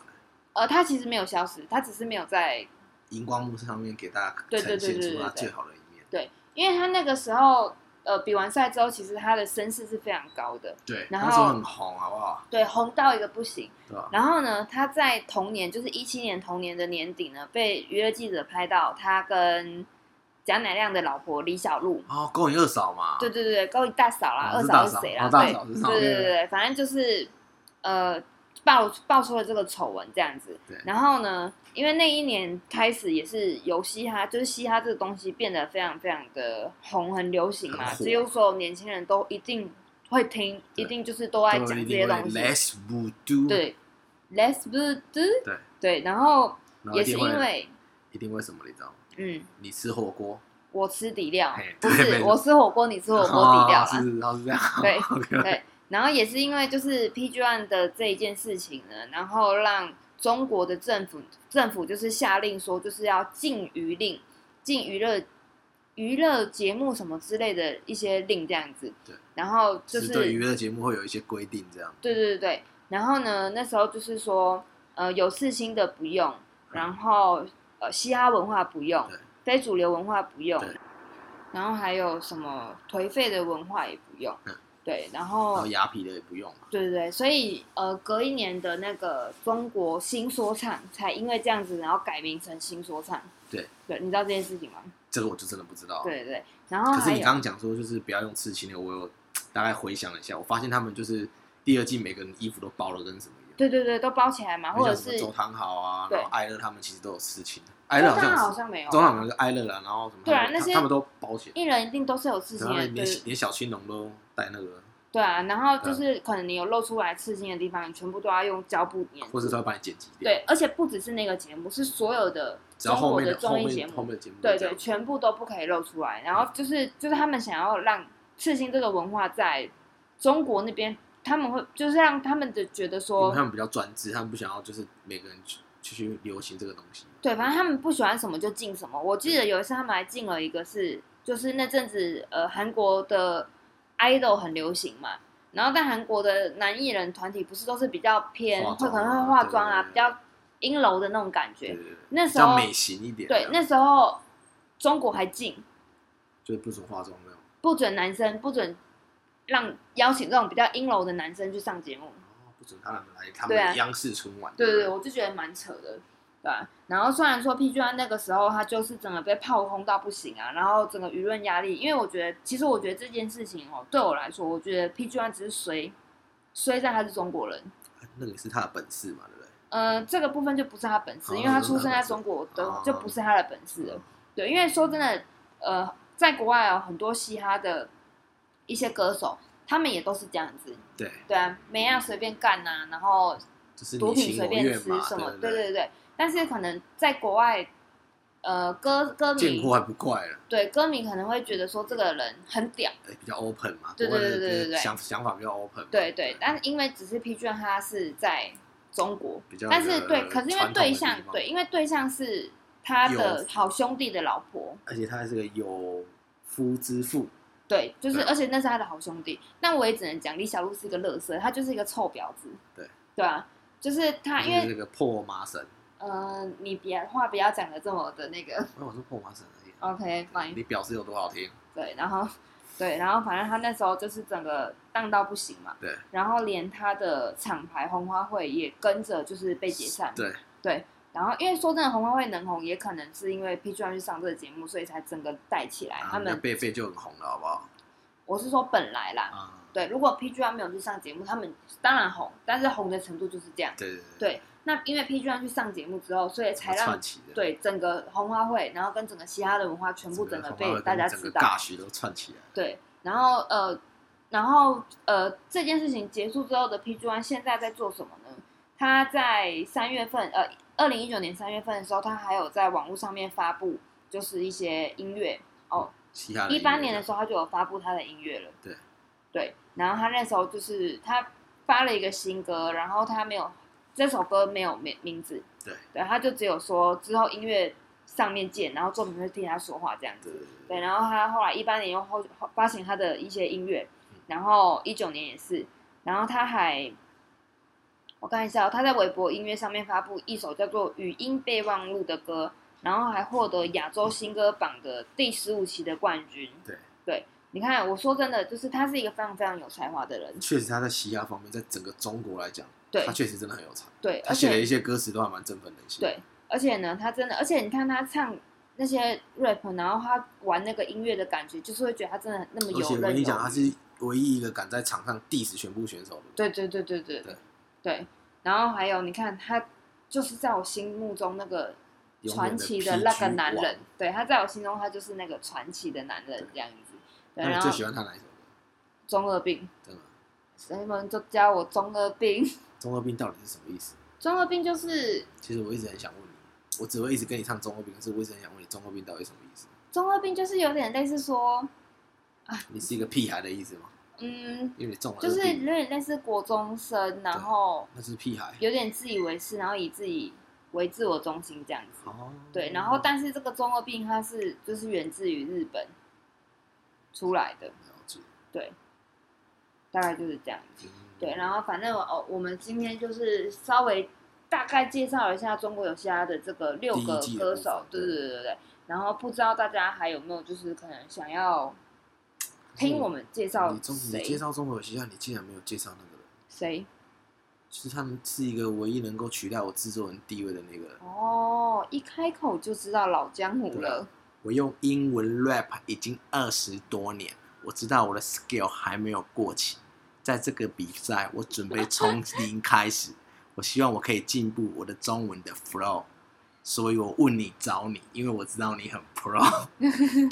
[SPEAKER 2] 呃，他其实没有消失，他只是没有在
[SPEAKER 1] 荧光幕上面给大家
[SPEAKER 2] 对对
[SPEAKER 1] 呈现
[SPEAKER 2] 对对
[SPEAKER 1] 出他
[SPEAKER 2] 对对
[SPEAKER 1] 最好的一面。
[SPEAKER 2] 因为他那个时候，呃，比完赛之后，其实他的声势是非常高的，
[SPEAKER 1] 对，
[SPEAKER 2] 然
[SPEAKER 1] 那时候
[SPEAKER 2] 后
[SPEAKER 1] 很红，好不好？
[SPEAKER 2] 对，红到一个不行。
[SPEAKER 1] 对吧？
[SPEAKER 2] 然后呢，他在同年，就是一七年同年的年底呢，被娱乐记者拍到他跟贾乃亮的老婆李小璐，
[SPEAKER 1] 哦，勾引二嫂嘛，
[SPEAKER 2] 对对对，高一大嫂啦，
[SPEAKER 1] 哦
[SPEAKER 2] 二
[SPEAKER 1] 是
[SPEAKER 2] 嫂
[SPEAKER 1] 大
[SPEAKER 2] 是
[SPEAKER 1] 嫂
[SPEAKER 2] 谁
[SPEAKER 1] 哦
[SPEAKER 2] 啦？
[SPEAKER 1] 大
[SPEAKER 2] 对
[SPEAKER 1] 嫂是
[SPEAKER 2] 对
[SPEAKER 1] 大嫂
[SPEAKER 2] 对对
[SPEAKER 1] 对
[SPEAKER 2] 对，反正就是呃爆爆出了这个丑闻这样子
[SPEAKER 1] 对。
[SPEAKER 2] 然后呢，因为那一年开始也是由嘻哈，就是嘻哈这个东西变得非常非常的红，很流行嘛，
[SPEAKER 1] 很火
[SPEAKER 2] 几乎所有年轻人都一定会听，一
[SPEAKER 1] 对
[SPEAKER 2] 定就是都在
[SPEAKER 1] 都
[SPEAKER 2] 讲
[SPEAKER 1] 一
[SPEAKER 2] 这
[SPEAKER 1] 定
[SPEAKER 2] 些
[SPEAKER 1] 会
[SPEAKER 2] 东西。
[SPEAKER 1] Let's move to，
[SPEAKER 2] 对，Let's do do
[SPEAKER 1] 对
[SPEAKER 2] 对，然后
[SPEAKER 1] 然后
[SPEAKER 2] 也
[SPEAKER 1] 一
[SPEAKER 2] 是
[SPEAKER 1] 定
[SPEAKER 2] 因
[SPEAKER 1] 会
[SPEAKER 2] 为
[SPEAKER 1] 一定会什么，你知道吗？
[SPEAKER 2] 嗯，
[SPEAKER 1] 你吃火锅，
[SPEAKER 2] 我吃底料
[SPEAKER 1] 嘿，
[SPEAKER 2] 不
[SPEAKER 1] 对 没
[SPEAKER 2] 是
[SPEAKER 1] 错
[SPEAKER 2] 我吃火锅，你吃火锅底
[SPEAKER 1] 哦
[SPEAKER 2] 料啦。
[SPEAKER 1] 是哦是这样，
[SPEAKER 2] 对
[SPEAKER 1] OK，
[SPEAKER 2] 对，然后也是因为就是 PG One 的这一件事情呢，然后让中国的政府政府就是下令说，就是要禁娱令、禁娱乐娱乐节目什么之类的一些令这样子。
[SPEAKER 1] 对。
[SPEAKER 2] 然后就
[SPEAKER 1] 就是
[SPEAKER 2] 是
[SPEAKER 1] 对娱乐节目会有一些规定，这样
[SPEAKER 2] 对对对对，然后呢，那时候就是说，呃，有刺青的不用，然后呃，嘻哈文化不用
[SPEAKER 1] 嗯对，
[SPEAKER 2] 非主流文化不用
[SPEAKER 1] 对，
[SPEAKER 2] 然后还有什么颓废的文化也不用
[SPEAKER 1] 嗯，
[SPEAKER 2] 对，然
[SPEAKER 1] 然
[SPEAKER 2] 后
[SPEAKER 1] 后雅痞的也不用嘛，
[SPEAKER 2] 对对对，所以呃，隔一年的那个中国新说唱才因为这样子，然后改名成新说唱。
[SPEAKER 1] 对
[SPEAKER 2] 对，你知道这件事情吗？
[SPEAKER 1] 这个我就真的不知道。
[SPEAKER 2] 对对对，然后
[SPEAKER 1] 可是
[SPEAKER 2] 还
[SPEAKER 1] 你
[SPEAKER 2] 有
[SPEAKER 1] 刚刚讲说就是不要用刺青的，我有大概回想了一下，我发现他们就是第二季每个人衣服都包了跟什么一样，
[SPEAKER 2] 对对对，都包起来嘛，
[SPEAKER 1] 你
[SPEAKER 2] 或者
[SPEAKER 1] 像什么
[SPEAKER 2] 是
[SPEAKER 1] 周汤豪啊，
[SPEAKER 2] 对
[SPEAKER 1] 然后艾乐他们其实都有刺青，艾乐
[SPEAKER 2] 周
[SPEAKER 1] 好像
[SPEAKER 2] 汤好
[SPEAKER 1] 有
[SPEAKER 2] 像没有，
[SPEAKER 1] 周汤豪跟艾乐啦，然后什么
[SPEAKER 2] 对啊
[SPEAKER 1] 他们
[SPEAKER 2] 那些
[SPEAKER 1] 他们都包起来，
[SPEAKER 2] 艺人一定都是有刺青
[SPEAKER 1] 然后
[SPEAKER 2] 的，
[SPEAKER 1] 连
[SPEAKER 2] 对
[SPEAKER 1] 连小青龙都带那个，
[SPEAKER 2] 对啊，然后
[SPEAKER 1] 啊对
[SPEAKER 2] 就
[SPEAKER 1] 啊
[SPEAKER 2] 是可能你有露出来刺青的地方，你全部都要用胶布粘
[SPEAKER 1] 或者
[SPEAKER 2] 住。
[SPEAKER 1] 说把你剪辑掉，
[SPEAKER 2] 对，而且不只是那个节目，是所有的
[SPEAKER 1] 只要
[SPEAKER 2] 中
[SPEAKER 1] 后
[SPEAKER 2] 国
[SPEAKER 1] 面
[SPEAKER 2] 的
[SPEAKER 1] 的后
[SPEAKER 2] 综艺节
[SPEAKER 1] 面后
[SPEAKER 2] 目
[SPEAKER 1] 面，的节目都
[SPEAKER 2] 对
[SPEAKER 1] 这
[SPEAKER 2] 对，
[SPEAKER 1] 样嗯
[SPEAKER 2] 全部都不可以露出来。然后就是就是他们想要让刺青这个文化在中国那边，他们会就是让他们的觉
[SPEAKER 1] 因
[SPEAKER 2] 得
[SPEAKER 1] 为他
[SPEAKER 2] 说，
[SPEAKER 1] 们比较专制，他们不想要就是每个人去去流行这个东西。
[SPEAKER 2] 对，反正他们不喜欢什么就进什么。我记得有一次他们还进了一个是，就是那阵子呃韩国的 idol 很流行嘛。然后，但韩国的男艺人团体不是都是比较偏，
[SPEAKER 1] 化
[SPEAKER 2] 会
[SPEAKER 1] 妆
[SPEAKER 2] 可能
[SPEAKER 1] 啊
[SPEAKER 2] 会化妆啊，
[SPEAKER 1] 对
[SPEAKER 2] 比较阴柔的那种感觉
[SPEAKER 1] 对。对对，
[SPEAKER 2] 那
[SPEAKER 1] 比
[SPEAKER 2] 时候
[SPEAKER 1] 较美型一点，啊
[SPEAKER 2] 对，那时候中国还禁，
[SPEAKER 1] 就是不准化妆那种。
[SPEAKER 2] 不准男生，不准让邀请这种比较阴柔的男生去上节目。
[SPEAKER 1] 哦不准他们来他
[SPEAKER 2] 对啊
[SPEAKER 1] 们央视春晚。
[SPEAKER 2] 对对对，
[SPEAKER 1] 不
[SPEAKER 2] 我就觉得蛮扯的，对啊然后虽然说 PG One 那个时候他就是整个被炮轰到不行啊，然后整个舆论压力，因为我觉得其实我觉得这件事情哦，对我来说，我觉得 PG One 只是衰衰在他是中国人，
[SPEAKER 1] 对哎那个也是他的本事嘛，对不对？
[SPEAKER 2] 呃，这个部分就不是他本事，
[SPEAKER 1] 哦
[SPEAKER 2] 因为他出生在中国的
[SPEAKER 1] 哦
[SPEAKER 2] 就不是他的本事了。对，因为说真的，呃，在国外有很多嘻哈的一些歌手，他们也都是这样子，
[SPEAKER 1] 对，
[SPEAKER 2] 对啊，没要随便干呐、然后
[SPEAKER 1] 就是
[SPEAKER 2] 毒
[SPEAKER 1] 你
[SPEAKER 2] 品
[SPEAKER 1] 情
[SPEAKER 2] 随
[SPEAKER 1] 我
[SPEAKER 2] 便
[SPEAKER 1] 愿
[SPEAKER 2] 吃
[SPEAKER 1] 嘛，
[SPEAKER 2] 什么，
[SPEAKER 1] 对
[SPEAKER 2] 对对对。但是可能在国外，呃，歌歌
[SPEAKER 1] 对，见
[SPEAKER 2] 迷
[SPEAKER 1] 怪不怪了，
[SPEAKER 2] 对歌迷可能会觉得说这个人很屌，
[SPEAKER 1] 哎比较 open 嘛，
[SPEAKER 2] 对对对对对
[SPEAKER 1] 国
[SPEAKER 2] 对
[SPEAKER 1] 外的
[SPEAKER 2] 对
[SPEAKER 1] 想想法比较 open，嘛
[SPEAKER 2] 对对。但是因为只是 P 卷他是在中国，
[SPEAKER 1] 比较
[SPEAKER 2] 但是对，
[SPEAKER 1] 呃
[SPEAKER 2] 可是因为
[SPEAKER 1] 传统的
[SPEAKER 2] 对
[SPEAKER 1] 地
[SPEAKER 2] 象
[SPEAKER 1] 方
[SPEAKER 2] 对，因为对象是他的
[SPEAKER 1] 有
[SPEAKER 2] 好兄弟的老婆，
[SPEAKER 1] 而且他是个有夫之妇，
[SPEAKER 2] 对，就是，
[SPEAKER 1] 对啊
[SPEAKER 2] 而且那是他的好兄弟。但我也只能讲，李小璐是一个乐色，他就是一个臭婊子。
[SPEAKER 1] 对，
[SPEAKER 2] 对啊，就是他，
[SPEAKER 1] 就
[SPEAKER 2] 因
[SPEAKER 1] 是那
[SPEAKER 2] 为
[SPEAKER 1] 个破麻绳，
[SPEAKER 2] 呃，你别话不要讲的这么的那个
[SPEAKER 1] 哎，我说破麻绳而已啊。
[SPEAKER 2] ，OK 哦 fine，
[SPEAKER 1] 你表示有多好听？
[SPEAKER 2] 对，然后对，然后反正他那时候就是整个荡到不行嘛，
[SPEAKER 1] 对，
[SPEAKER 2] 然后连他的厂牌红花会也跟着就是被解散，
[SPEAKER 1] 对
[SPEAKER 2] 对，然后因为说真的，红花会能红，也可能是因为 PG One 去上这个节目，所以才整个带起来。
[SPEAKER 1] 啊
[SPEAKER 2] 哎他
[SPEAKER 1] 那
[SPEAKER 2] 们，
[SPEAKER 1] 贝贝就很红了，好不好？
[SPEAKER 2] 我是说本来啦，
[SPEAKER 1] 啊，
[SPEAKER 2] 对，如果 PG One 没有去上节目，他们当然红，但是红的程度就是这样。
[SPEAKER 1] 对对对
[SPEAKER 2] 对，那因为 PG One 去上节目之后，所以才让
[SPEAKER 1] 串起的，，
[SPEAKER 2] 对整个红花会，然后跟整个嘻哈的文化全部整个
[SPEAKER 1] 红
[SPEAKER 2] 被
[SPEAKER 1] 花
[SPEAKER 2] 大家
[SPEAKER 1] 整
[SPEAKER 2] 知
[SPEAKER 1] 个
[SPEAKER 2] 道。
[SPEAKER 1] 尬曲都串起来了，
[SPEAKER 2] 对，然后呃，然后呃，这件事情结束之后的 PG One 现在在做什么呢？他在三月份，呃，二零一九年三月份的时候，他还有在网络上面发布，就是一些音乐。
[SPEAKER 1] 嘻哈
[SPEAKER 2] 一八年的
[SPEAKER 1] 候，
[SPEAKER 2] 时候，他就有发布他的音乐了。
[SPEAKER 1] 对，
[SPEAKER 2] 对，然后他那时候就是他发了一个新歌，然后他没有这首歌没有名名字，
[SPEAKER 1] 对，
[SPEAKER 2] 对，他就只有说之后音乐上面见，然后作品会替他说话这样子。
[SPEAKER 1] 对
[SPEAKER 2] 对，然后他后来一八年又后后发行他的一些音乐
[SPEAKER 1] 嗯，
[SPEAKER 2] 然后一九年也是，然后他还，我看一下哦、他在微博音乐上面发布一首叫做《语音备忘录》的歌，然后还获得亚洲新歌榜的第十五期的冠军。
[SPEAKER 1] 对，
[SPEAKER 2] 对，你看，我说真的，就是他是一个非常非常有才华的人，
[SPEAKER 1] 确实他在嘻哈方面，在整个中国来讲，
[SPEAKER 2] 对
[SPEAKER 1] 他确实真的很有才，
[SPEAKER 2] 对，
[SPEAKER 1] 他
[SPEAKER 2] 而
[SPEAKER 1] 写的
[SPEAKER 2] 且
[SPEAKER 1] 一些歌词都还蛮振奋人心，
[SPEAKER 2] 对，而且呢，他真的，而且你看他唱。那些 rap，然后他玩那个音乐的感觉，就是会觉得他真的那么
[SPEAKER 1] 而
[SPEAKER 2] 游
[SPEAKER 1] 且我
[SPEAKER 2] 刃
[SPEAKER 1] 跟
[SPEAKER 2] 有
[SPEAKER 1] 你
[SPEAKER 2] 余。
[SPEAKER 1] 讲，他是唯一一个敢在场上 diss 全部选手的，
[SPEAKER 2] 对对对对对
[SPEAKER 1] 对
[SPEAKER 2] 对，然后还有你看他就是在我心目中那个
[SPEAKER 1] 永远
[SPEAKER 2] 传
[SPEAKER 1] 的
[SPEAKER 2] 奇
[SPEAKER 1] PG
[SPEAKER 2] 那个男
[SPEAKER 1] 王
[SPEAKER 2] 人，对他在我心中他就是那个传奇的男人
[SPEAKER 1] 对
[SPEAKER 2] 这样子。对，
[SPEAKER 1] 那
[SPEAKER 2] 然
[SPEAKER 1] 你
[SPEAKER 2] 后
[SPEAKER 1] 最喜欢他哪一首歌？
[SPEAKER 2] 中二病，
[SPEAKER 1] 真的吗，
[SPEAKER 2] 人们就叫我中二病。
[SPEAKER 1] 中二病到底是什么意思？
[SPEAKER 2] 中二病就是
[SPEAKER 1] 其实我一直很想问你，我只会一直跟你唱中二病，可是我一直很想问你，中二病到底什么意思？
[SPEAKER 2] 中二病，就是有点类似说，
[SPEAKER 1] 你是一个屁孩的意思吗？
[SPEAKER 2] 嗯，
[SPEAKER 1] 因为你中了
[SPEAKER 2] 就
[SPEAKER 1] 二
[SPEAKER 2] 是
[SPEAKER 1] 病，
[SPEAKER 2] 有点类似国中生，然后
[SPEAKER 1] 那是屁孩。
[SPEAKER 2] 有点自以为是，然后以自己为自我中心这样子。
[SPEAKER 1] 哦，
[SPEAKER 2] 对，然后但是这个中二病它是就是源自于日本出来的，
[SPEAKER 1] 了解，
[SPEAKER 2] 大概就是这样。
[SPEAKER 1] 嗯
[SPEAKER 2] 对，然后反正我哦，我们今天就是稍微大概介绍一下中国有嘻哈的这个六
[SPEAKER 1] 第一
[SPEAKER 2] 个
[SPEAKER 1] 季的
[SPEAKER 2] 歌
[SPEAKER 1] 部
[SPEAKER 2] 手
[SPEAKER 1] 分，
[SPEAKER 2] 对
[SPEAKER 1] 对
[SPEAKER 2] 对对对对。然后不知道大家还有没有就是可能想要听我们介绍
[SPEAKER 1] 你中你介
[SPEAKER 2] 谁
[SPEAKER 1] 绍中国有嘻哈，你竟然没有介绍那个人，
[SPEAKER 2] 谁
[SPEAKER 1] 就是他们是一个唯一能够取代我制作人地位的那个人。
[SPEAKER 2] 哦，一开口就知道老江湖
[SPEAKER 1] 对啊
[SPEAKER 2] 了。
[SPEAKER 1] 我用英文 rap 已经二十多年，我知道我的 skill 还没有过期。在这个比赛，我准备从零开 始。我希望我可以进步我的中文的 flow，所以我问你找你，因为我知道你很 pro。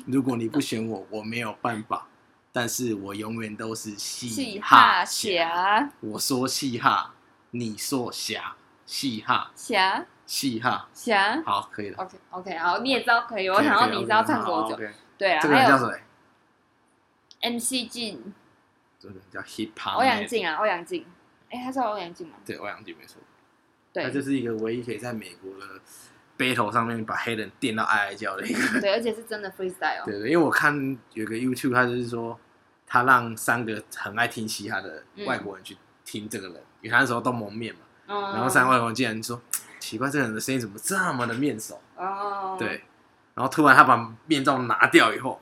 [SPEAKER 1] 如果你不选我，我没有办法。但是我永远都是嘻
[SPEAKER 2] 嘻
[SPEAKER 1] 哈
[SPEAKER 2] 哈
[SPEAKER 1] 侠。
[SPEAKER 2] 侠
[SPEAKER 1] 我说嘻哈，你说侠，嘻哈，
[SPEAKER 2] 侠
[SPEAKER 1] 嘻哈。
[SPEAKER 2] 侠
[SPEAKER 1] 好，可以了。
[SPEAKER 2] ，OK OK，好，你也知道可以，我
[SPEAKER 1] 可以
[SPEAKER 2] 想
[SPEAKER 1] 可
[SPEAKER 2] 要
[SPEAKER 1] 以
[SPEAKER 2] 你知
[SPEAKER 1] OK，
[SPEAKER 2] 道唱
[SPEAKER 1] 好
[SPEAKER 2] 多久？
[SPEAKER 1] OK
[SPEAKER 2] 对啊，
[SPEAKER 1] 这个人
[SPEAKER 2] 还
[SPEAKER 1] 叫
[SPEAKER 2] 有
[SPEAKER 1] 谁？
[SPEAKER 2] MC 进
[SPEAKER 1] 这个人叫 Hip Hop。
[SPEAKER 2] 欧阳。靖啊，欧阳靖，哎，他是欧阳靖吗？
[SPEAKER 1] 对，欧阳靖没错。
[SPEAKER 2] 对
[SPEAKER 1] 他，就是一个唯一可以在美国的 battle 上面把黑人电到哀哀叫的一个。
[SPEAKER 2] 对，而且是真的 freestyle 哦。
[SPEAKER 1] 对对，因为我看有个 YouTube，他就是说他让三个很爱听嘻哈的外国人去听这个人，因为他那时候都蒙面嘛。
[SPEAKER 2] 嗯
[SPEAKER 1] 然后三个外国人竟然说：“奇怪，这个人的声音怎么这么的面熟？”
[SPEAKER 2] 哦，
[SPEAKER 1] 对，然后突然他把面罩拿掉以后，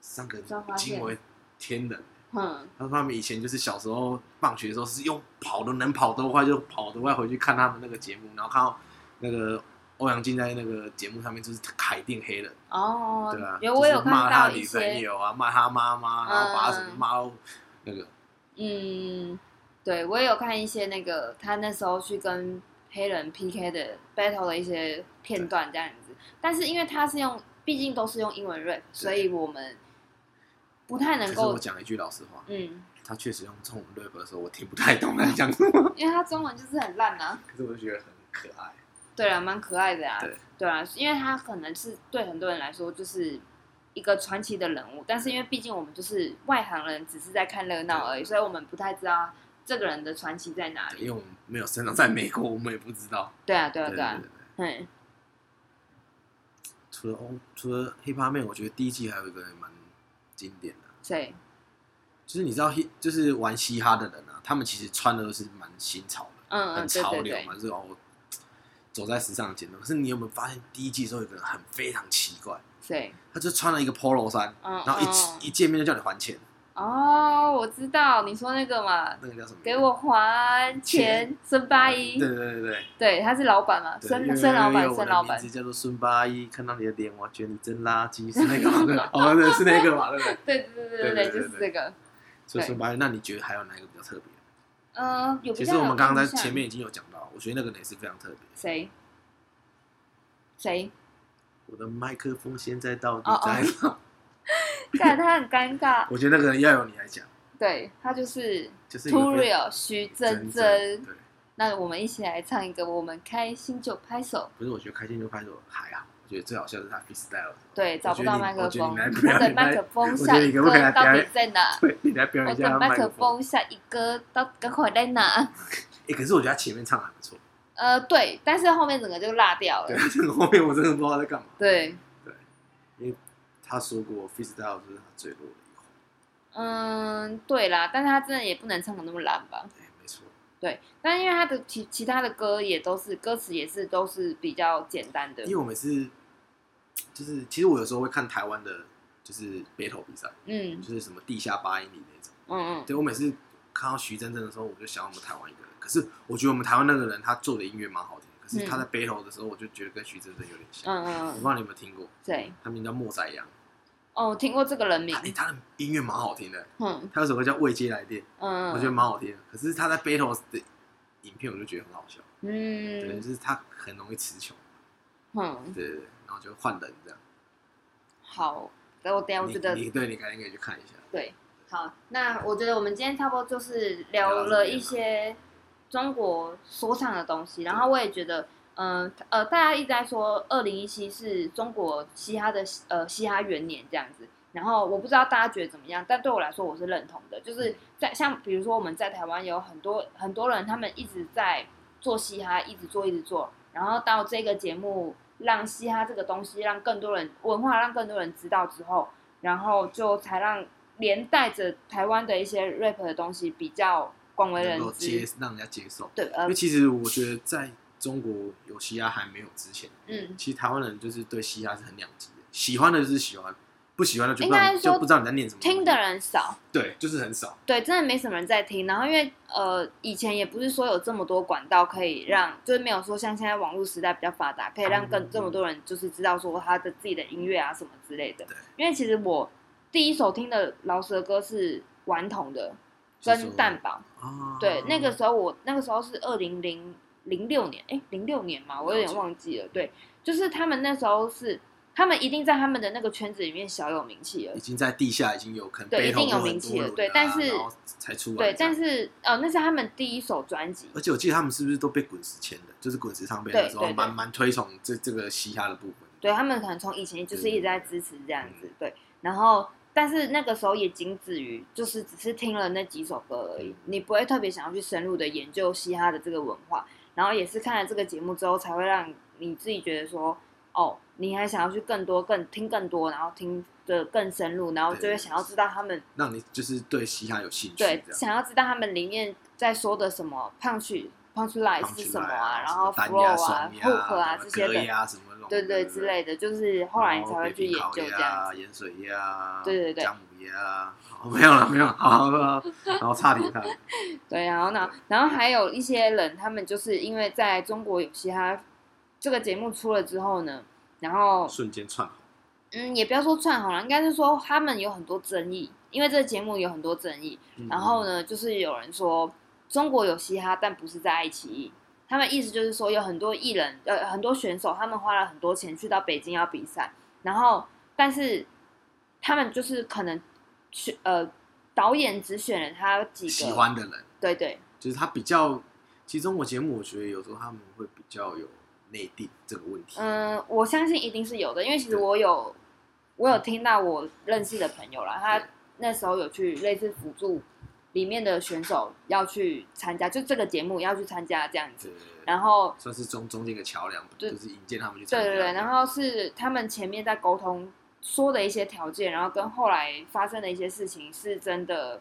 [SPEAKER 1] 三个人
[SPEAKER 2] 才发现
[SPEAKER 1] 惊为天人。
[SPEAKER 2] 嗯，
[SPEAKER 1] 他说他们以前就是小时候放学的时候是用跑的能跑多快就跑多快回去看他们那个节目，然后看到那个欧阳靖在那个节目上面就是凯定黑人，
[SPEAKER 2] 哦
[SPEAKER 1] 对啊，，
[SPEAKER 2] 有我有
[SPEAKER 1] 就是骂
[SPEAKER 2] 看
[SPEAKER 1] 他
[SPEAKER 2] 到
[SPEAKER 1] 的
[SPEAKER 2] 一
[SPEAKER 1] 女朋
[SPEAKER 2] 些，
[SPEAKER 1] 友啊，骂他妈妈，然后把他什么
[SPEAKER 2] 嗯
[SPEAKER 1] 骂到那个，
[SPEAKER 2] 嗯，对我也有看一些那个他那时候去跟黑人 PK 的 battle 的一些片段这样子，但是因为他是用，毕竟都是用英文 rap，所以我们不
[SPEAKER 1] 可
[SPEAKER 2] 太能
[SPEAKER 1] 是我
[SPEAKER 2] 够，
[SPEAKER 1] 讲一句老实话，
[SPEAKER 2] 嗯，
[SPEAKER 1] 他确实用中文 rap 的时候我听不太懂 他讲什么，
[SPEAKER 2] 因为他中文就是很烂啊。
[SPEAKER 1] 可是我就觉得很可爱。
[SPEAKER 2] 对啊，蛮可爱的呀、
[SPEAKER 1] 对
[SPEAKER 2] 对啊，因为他可能是对很多人来说就是一个传奇的人物，但是因为毕竟我们就是外行人，只是在看热闹而已，所以我们不太知道这个人的传奇在哪
[SPEAKER 1] 对
[SPEAKER 2] 里。
[SPEAKER 1] 因为我们没有生长在美国，我们也不知道。
[SPEAKER 2] 对啊，对啊，
[SPEAKER 1] 对
[SPEAKER 2] 对啊
[SPEAKER 1] 对，对
[SPEAKER 2] 嗯，
[SPEAKER 1] 除了欧除了 hip hop 妹，我觉得第一季还有一个人蛮经典的。
[SPEAKER 2] 对，
[SPEAKER 1] 就是你知道，就是玩嘻哈的人啊，他们其实穿的都是蛮新潮的，
[SPEAKER 2] 嗯嗯，
[SPEAKER 1] 很
[SPEAKER 2] 对
[SPEAKER 1] 潮
[SPEAKER 2] 对
[SPEAKER 1] 流
[SPEAKER 2] 对
[SPEAKER 1] 嘛，，就是哦，走在时尚的前头。可是你有没有发现，第一季的时候有个人很非常奇怪，
[SPEAKER 2] 对，
[SPEAKER 1] 他就穿了一个 polo 衫，
[SPEAKER 2] 嗯
[SPEAKER 1] 然后一、
[SPEAKER 2] 嗯，
[SPEAKER 1] 一见面就叫你还钱，
[SPEAKER 2] 哦，我知道你说那个嘛，
[SPEAKER 1] 那个叫什么？
[SPEAKER 2] 给我还钱，孙八一
[SPEAKER 1] 对，对对对
[SPEAKER 2] 对，他是老板嘛，
[SPEAKER 1] 对，
[SPEAKER 2] 孙
[SPEAKER 1] 因为
[SPEAKER 2] 孙老
[SPEAKER 1] 因为
[SPEAKER 2] 板，
[SPEAKER 1] 我的
[SPEAKER 2] 孙老
[SPEAKER 1] 名
[SPEAKER 2] 板，
[SPEAKER 1] 字叫做孙八一，看到你的脸，我觉得你真垃圾，是那个吗？对吧哦，对，是那个嘛，对不对？
[SPEAKER 2] 对对对
[SPEAKER 1] 对对
[SPEAKER 2] 对对，
[SPEAKER 1] 对
[SPEAKER 2] 就是
[SPEAKER 1] 对
[SPEAKER 2] 这个。
[SPEAKER 1] 所以
[SPEAKER 2] 对
[SPEAKER 1] 孙八一，那你觉得还有哪一个比较特别？
[SPEAKER 2] 呃，有比
[SPEAKER 1] 其
[SPEAKER 2] 较
[SPEAKER 1] 实我们刚刚在
[SPEAKER 2] 有印象
[SPEAKER 1] 前面已经有讲到，我觉得那个人也是非常特别。
[SPEAKER 2] 谁谁，
[SPEAKER 1] 我的麦克风现在到
[SPEAKER 2] 哦
[SPEAKER 1] 底在哪？
[SPEAKER 2] 但他很尴尬。
[SPEAKER 1] 我觉得那个人要由你来讲，
[SPEAKER 2] 对他就是
[SPEAKER 1] 就是一
[SPEAKER 2] t u
[SPEAKER 1] 个
[SPEAKER 2] r i
[SPEAKER 1] 非
[SPEAKER 2] o 徐真
[SPEAKER 1] 真
[SPEAKER 2] 真。
[SPEAKER 1] 对，
[SPEAKER 2] 那我们一起来唱一个《我们开心就拍手
[SPEAKER 1] 不是，我觉得开心就拍手还好，我觉得最好笑的是他 freestyle，》。
[SPEAKER 2] 对，找不到麦克
[SPEAKER 1] 我觉得
[SPEAKER 2] 风，
[SPEAKER 1] 你来
[SPEAKER 2] 我
[SPEAKER 1] 表
[SPEAKER 2] 的
[SPEAKER 1] 演
[SPEAKER 2] 麦克风
[SPEAKER 1] 我觉
[SPEAKER 2] 下
[SPEAKER 1] 得
[SPEAKER 2] 一
[SPEAKER 1] 你可不可以
[SPEAKER 2] 个
[SPEAKER 1] 来
[SPEAKER 2] 到
[SPEAKER 1] 表
[SPEAKER 2] 底
[SPEAKER 1] 演？
[SPEAKER 2] 在哪？
[SPEAKER 1] 对，你来表演
[SPEAKER 2] 我
[SPEAKER 1] 一下他
[SPEAKER 2] 的
[SPEAKER 1] 麦
[SPEAKER 2] 哎麦克
[SPEAKER 1] 风。
[SPEAKER 2] 风下一个到底赶快在哪？
[SPEAKER 1] 哎，可是我觉得他前面唱得还不错，
[SPEAKER 2] 呃，对，但是后面整个就落掉
[SPEAKER 1] 对
[SPEAKER 2] 了。，
[SPEAKER 1] 后面我真的不知道他在干嘛。
[SPEAKER 2] 对，
[SPEAKER 1] 他说过 freestyle 就是他最弱的一环，
[SPEAKER 2] 嗯，对啦，但是他真的也不能唱的那么烂吧？
[SPEAKER 1] 哎，没错，
[SPEAKER 2] 对，但因为他的其其他的歌也都是歌词也是都是比较简单的
[SPEAKER 1] 因，为我每次就是其实我有时候会看台湾的，就是 battle 比赛，
[SPEAKER 2] 嗯
[SPEAKER 1] 就是什么地下八英里那种。
[SPEAKER 2] 嗯嗯，
[SPEAKER 1] 对我每次看到徐真真的时候，我就想到我们台湾一个人。可是我觉得我们台湾那个人他做的音乐蛮好听，可是他在 battle 的时候，我就觉得跟徐真真有点像。
[SPEAKER 2] 嗯嗯
[SPEAKER 1] 我不知
[SPEAKER 2] 嗯，
[SPEAKER 1] 道你有没有听过，
[SPEAKER 2] 对，
[SPEAKER 1] 他名叫莫宰阳，
[SPEAKER 2] 哦，我听过这个人名
[SPEAKER 1] 他，哎他的音乐蛮好听的，
[SPEAKER 2] 嗯
[SPEAKER 1] 他有首歌叫《未接来电》，
[SPEAKER 2] 嗯，
[SPEAKER 1] 我觉得蛮好听的。可是他在 battle 的影片，我就觉得很好笑，对，
[SPEAKER 2] 嗯
[SPEAKER 1] 就是他很容易词穷，
[SPEAKER 2] 嗯，
[SPEAKER 1] 对对对，然后就换人这样。
[SPEAKER 2] 好，等我等一下我
[SPEAKER 1] 你
[SPEAKER 2] 觉得
[SPEAKER 1] 你对你改天可以去看一下，
[SPEAKER 2] 对，好，那我觉得我们今天差不多就是聊了一些中国说唱的东西，然后我也觉得，嗯呃大家一直在说二零一七是中国嘻哈的呃嘻哈元年这样子。然后我不知道大家觉得怎么样，但对我来说我是认同的，就是在像比如说我们在台湾有很多很多人，他们一直在做嘻哈，一直做一直做，然后到这个节目让嘻哈这个东西让更多人文化让更多人知道之后，然后就才让连带着台湾的一些 rap 的东西比较广为
[SPEAKER 1] 能
[SPEAKER 2] 人
[SPEAKER 1] 够接
[SPEAKER 2] 知。
[SPEAKER 1] 让人家接受。
[SPEAKER 2] 对，
[SPEAKER 1] 因
[SPEAKER 2] 呃
[SPEAKER 1] 为，其实我觉得在中国有嘻哈还没有之前，
[SPEAKER 2] 嗯，
[SPEAKER 1] 其实台湾人就是对嘻哈是很两极的，喜欢的就是喜欢，不喜欢的就不知
[SPEAKER 2] 应
[SPEAKER 1] 道
[SPEAKER 2] 该说
[SPEAKER 1] 就不知道你在念什么。
[SPEAKER 2] 听的人少，
[SPEAKER 1] 对，就是很少。
[SPEAKER 2] 对，真的没什么人在听。然后因为呃，以前也不是说有这么多管道可以让，就是没有说像现在网络时代比较发达，可以让
[SPEAKER 1] 嗯
[SPEAKER 2] 更这么多人就是知道说他的自己的音乐啊什么之类的
[SPEAKER 1] 对。
[SPEAKER 2] 因为其实我第一首听的老师的歌是顽童的，
[SPEAKER 1] 是
[SPEAKER 2] 跟
[SPEAKER 1] 说
[SPEAKER 2] 蛋堡。
[SPEAKER 1] 啊，
[SPEAKER 2] 对，那个时候我那个时候是二零零零六年，哎，零六年嘛，我有点忘记了。对，就是他们那时候是，他们一定在他们的那个圈子里面小有名气了
[SPEAKER 1] 已。经在地下已经有可能 battle
[SPEAKER 2] 对一定有
[SPEAKER 1] 过很
[SPEAKER 2] 名气了
[SPEAKER 1] 多轮
[SPEAKER 2] 对
[SPEAKER 1] 啊
[SPEAKER 2] 但是
[SPEAKER 1] 然后才出来这
[SPEAKER 2] 对
[SPEAKER 1] 样。，
[SPEAKER 2] 但是呃，那是他们第一首专辑。
[SPEAKER 1] 而且我记得他们是不是都被滚石签的？就是滚石唱片
[SPEAKER 2] 对
[SPEAKER 1] 的时
[SPEAKER 2] 对
[SPEAKER 1] 候，
[SPEAKER 2] 对
[SPEAKER 1] 蛮蛮推崇这这个嘻哈的部分。
[SPEAKER 2] 对他们可能从以前就是一
[SPEAKER 1] 嗯
[SPEAKER 2] 直在支持这样子，对。然后，但是那个时候也仅止于就是只是听了那几首歌而已
[SPEAKER 1] 嗯，
[SPEAKER 2] 你不会特别想要去深入的研究嘻哈的这个文化。然后也是看了这个节目之后，才会让你自己觉得说，哦，你还想要去更多、更听更多，然后听的更深入，然后就会
[SPEAKER 1] 对
[SPEAKER 2] 想要知道他们
[SPEAKER 1] 让你就是对嘻哈有兴趣，这
[SPEAKER 2] 对
[SPEAKER 1] 样，
[SPEAKER 2] 想要知道他们里面在说的什么胖曲、胖曲 line 是什么啊，然后
[SPEAKER 1] 单压、
[SPEAKER 2] flow 啊
[SPEAKER 1] 双、压
[SPEAKER 2] hook 啊这些
[SPEAKER 1] 格
[SPEAKER 2] 的，
[SPEAKER 1] 压什么那种，
[SPEAKER 2] 对对之类的，就是后
[SPEAKER 1] 哦
[SPEAKER 2] 来你才会去研究这样子。
[SPEAKER 1] 子。盐水鸭，
[SPEAKER 2] 对对对
[SPEAKER 1] 姜母鸭，好没有了没有了，好，好好然后差点看，
[SPEAKER 2] 对，然后呢，然后还有一些人，他们就是因为在中国有嘻哈这个节目出了之后呢，然后
[SPEAKER 1] 瞬间串红，
[SPEAKER 2] 嗯，也不要说串红了，应该是说他们有很多争议，因为这个节目有很多争议。
[SPEAKER 1] 嗯
[SPEAKER 2] 然后？呢，就是有人说中国有嘻哈，但不是在爱奇艺。他们意思就是说，有很多艺人，呃，很多选手，他们花了很多钱去到北京要比赛，然后但是他们就是可能选呃导演只选了他几个
[SPEAKER 1] 喜，欢的人，
[SPEAKER 2] 对对
[SPEAKER 1] 就是他比较，其实中国节目我觉得有时候他们会比较有内定这个问题，
[SPEAKER 2] 嗯，我相信一定是有的，因为其实
[SPEAKER 1] 对
[SPEAKER 2] 我有我
[SPEAKER 1] 嗯
[SPEAKER 2] 有听到我认识的朋友啦，他那时候有去类似辅助里面的选手要去参加，就这个节目要去参加这样子，
[SPEAKER 1] 对，对对
[SPEAKER 2] 然后
[SPEAKER 1] 算是中中间一个桥梁，
[SPEAKER 2] 对
[SPEAKER 1] 就是引荐他们去参
[SPEAKER 2] 对
[SPEAKER 1] 加。
[SPEAKER 2] 对对，然
[SPEAKER 1] 后
[SPEAKER 2] 后是他们前面在沟通说的一些条件，然后跟后来发生的一些事情是真的，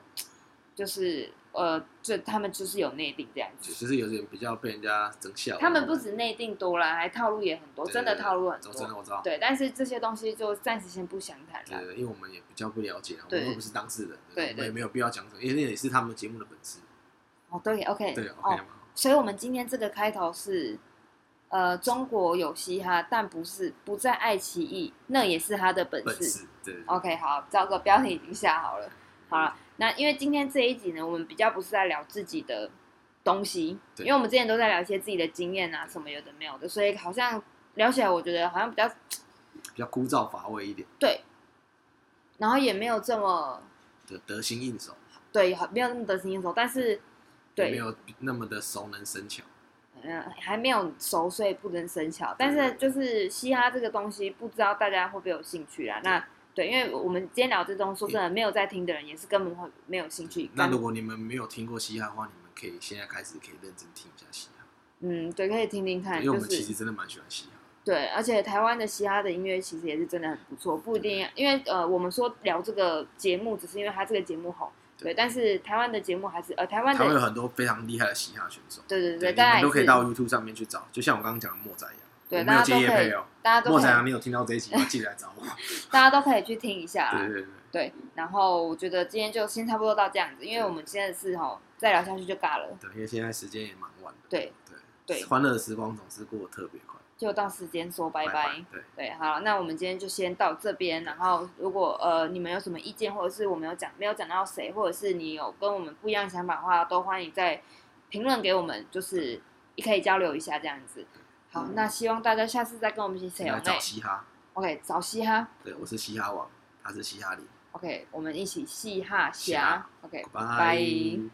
[SPEAKER 2] 就是呃，就他们就是有内定这样子。
[SPEAKER 1] 就是有点比较被人家整笑，
[SPEAKER 2] 他们不止内定多啦，还套路也很多，
[SPEAKER 1] 对对
[SPEAKER 2] 真的
[SPEAKER 1] 对
[SPEAKER 2] 套路很
[SPEAKER 1] 我真的
[SPEAKER 2] 多。
[SPEAKER 1] 我知道，
[SPEAKER 2] 对，但是这些东西就暂时先不详谈
[SPEAKER 1] 对，
[SPEAKER 2] 了。
[SPEAKER 1] 对因为我们也比较不了解，啊我
[SPEAKER 2] 对
[SPEAKER 1] 们又不是当事人，
[SPEAKER 2] 对对
[SPEAKER 1] 我们也没有必要讲什么，因为那也是他们节目的本质。
[SPEAKER 2] 哦，对，OK，
[SPEAKER 1] 对啊
[SPEAKER 2] 哦
[SPEAKER 1] ，OK 吗？
[SPEAKER 2] 所以我们今天这个开头是，呃，中国有嘻哈，但不是不在爱奇艺，那也是他的本哦
[SPEAKER 1] 本
[SPEAKER 2] 事。
[SPEAKER 1] 事，对，对对
[SPEAKER 2] OK，好，照个标题已经下好了。好了，那因为今天这一集呢，我们比较不是在聊自己的东西，
[SPEAKER 1] 对
[SPEAKER 2] 因为我们之前都在聊一些自己的经验啊，什么有的没有的，所以好像聊起来，我觉得好像比较
[SPEAKER 1] 比较枯燥乏味一点
[SPEAKER 2] 对，然后也没有这么
[SPEAKER 1] 的得心应手，
[SPEAKER 2] 对，好没有那么得心应手，但是
[SPEAKER 1] 也没
[SPEAKER 2] 对，
[SPEAKER 1] 有那么的熟能生巧。
[SPEAKER 2] 嗯、还没有熟，所以不能生巧。但是就是嘻哈这个东西，不知道大家会不会有兴趣啊？那对，因为我们今天聊这东西，说真的，没有在听的人也是根本会没有兴趣。
[SPEAKER 1] 那如果你们没有听过嘻哈的话，你们可以现在开始可以认真听一下嘻哈，
[SPEAKER 2] 嗯，对，可以听听看，
[SPEAKER 1] 因为
[SPEAKER 2] 就
[SPEAKER 1] 我们其
[SPEAKER 2] 是
[SPEAKER 1] 实真的蛮喜欢嘻哈。
[SPEAKER 2] 对，而且台湾的嘻哈的音乐其实也是真的很不错，不一定因为呃，我们说聊这个节目，只是因为它这个节目红，对，
[SPEAKER 1] 对
[SPEAKER 2] 但是台湾的节目还是呃，台湾
[SPEAKER 1] 台湾有
[SPEAKER 2] 的
[SPEAKER 1] 很多非常厉害的嘻哈选手，
[SPEAKER 2] 对对
[SPEAKER 1] 对，
[SPEAKER 2] 对，
[SPEAKER 1] 你
[SPEAKER 2] 大家
[SPEAKER 1] 们
[SPEAKER 2] 还
[SPEAKER 1] 都可以
[SPEAKER 2] 是
[SPEAKER 1] 到 YouTube 上面去找，就像我刚刚讲的莫仔一样，
[SPEAKER 2] 对
[SPEAKER 1] 我没有
[SPEAKER 2] 大家
[SPEAKER 1] 接
[SPEAKER 2] 都
[SPEAKER 1] 叶
[SPEAKER 2] 可以
[SPEAKER 1] 配哦。
[SPEAKER 2] 大家都啊
[SPEAKER 1] 莫
[SPEAKER 2] 可
[SPEAKER 1] 仔啊，
[SPEAKER 2] 以
[SPEAKER 1] 你有听到这一 集吗？记得来找我。
[SPEAKER 2] 大家都可以去听一下
[SPEAKER 1] 对
[SPEAKER 2] 啦，
[SPEAKER 1] 对对，
[SPEAKER 2] 对，然后我觉得今天就先差不多到这样子，因为我们现在是吼再聊下去就尬了，
[SPEAKER 1] 对，因为现在时间也蛮晚的。
[SPEAKER 2] 对
[SPEAKER 1] 对
[SPEAKER 2] 对
[SPEAKER 1] 欢乐的时光总是过得特别快。
[SPEAKER 2] 就到时间说拜
[SPEAKER 1] 拜
[SPEAKER 2] 拜。
[SPEAKER 1] 对，
[SPEAKER 2] 对，好，那我们今天就先到这边。然后，如果呃你们有什么意见，或者是我们有讲没有讲到谁，或者是你有跟我们不一样的想法的话，都欢迎在评论给我们，就是也可以交流一下这样子。好，那希望大家下次再跟我们一起
[SPEAKER 1] 现
[SPEAKER 2] say 哦
[SPEAKER 1] 在找
[SPEAKER 2] OK，
[SPEAKER 1] 嘻哈。
[SPEAKER 2] OK，早嘻哈
[SPEAKER 1] 对，我是嘻哈王，他是嘻哈里。
[SPEAKER 2] ，OK，我们一起嘻哈
[SPEAKER 1] 嘻哈
[SPEAKER 2] 侠，OK，
[SPEAKER 1] 拜
[SPEAKER 2] 拜。
[SPEAKER 1] 拜。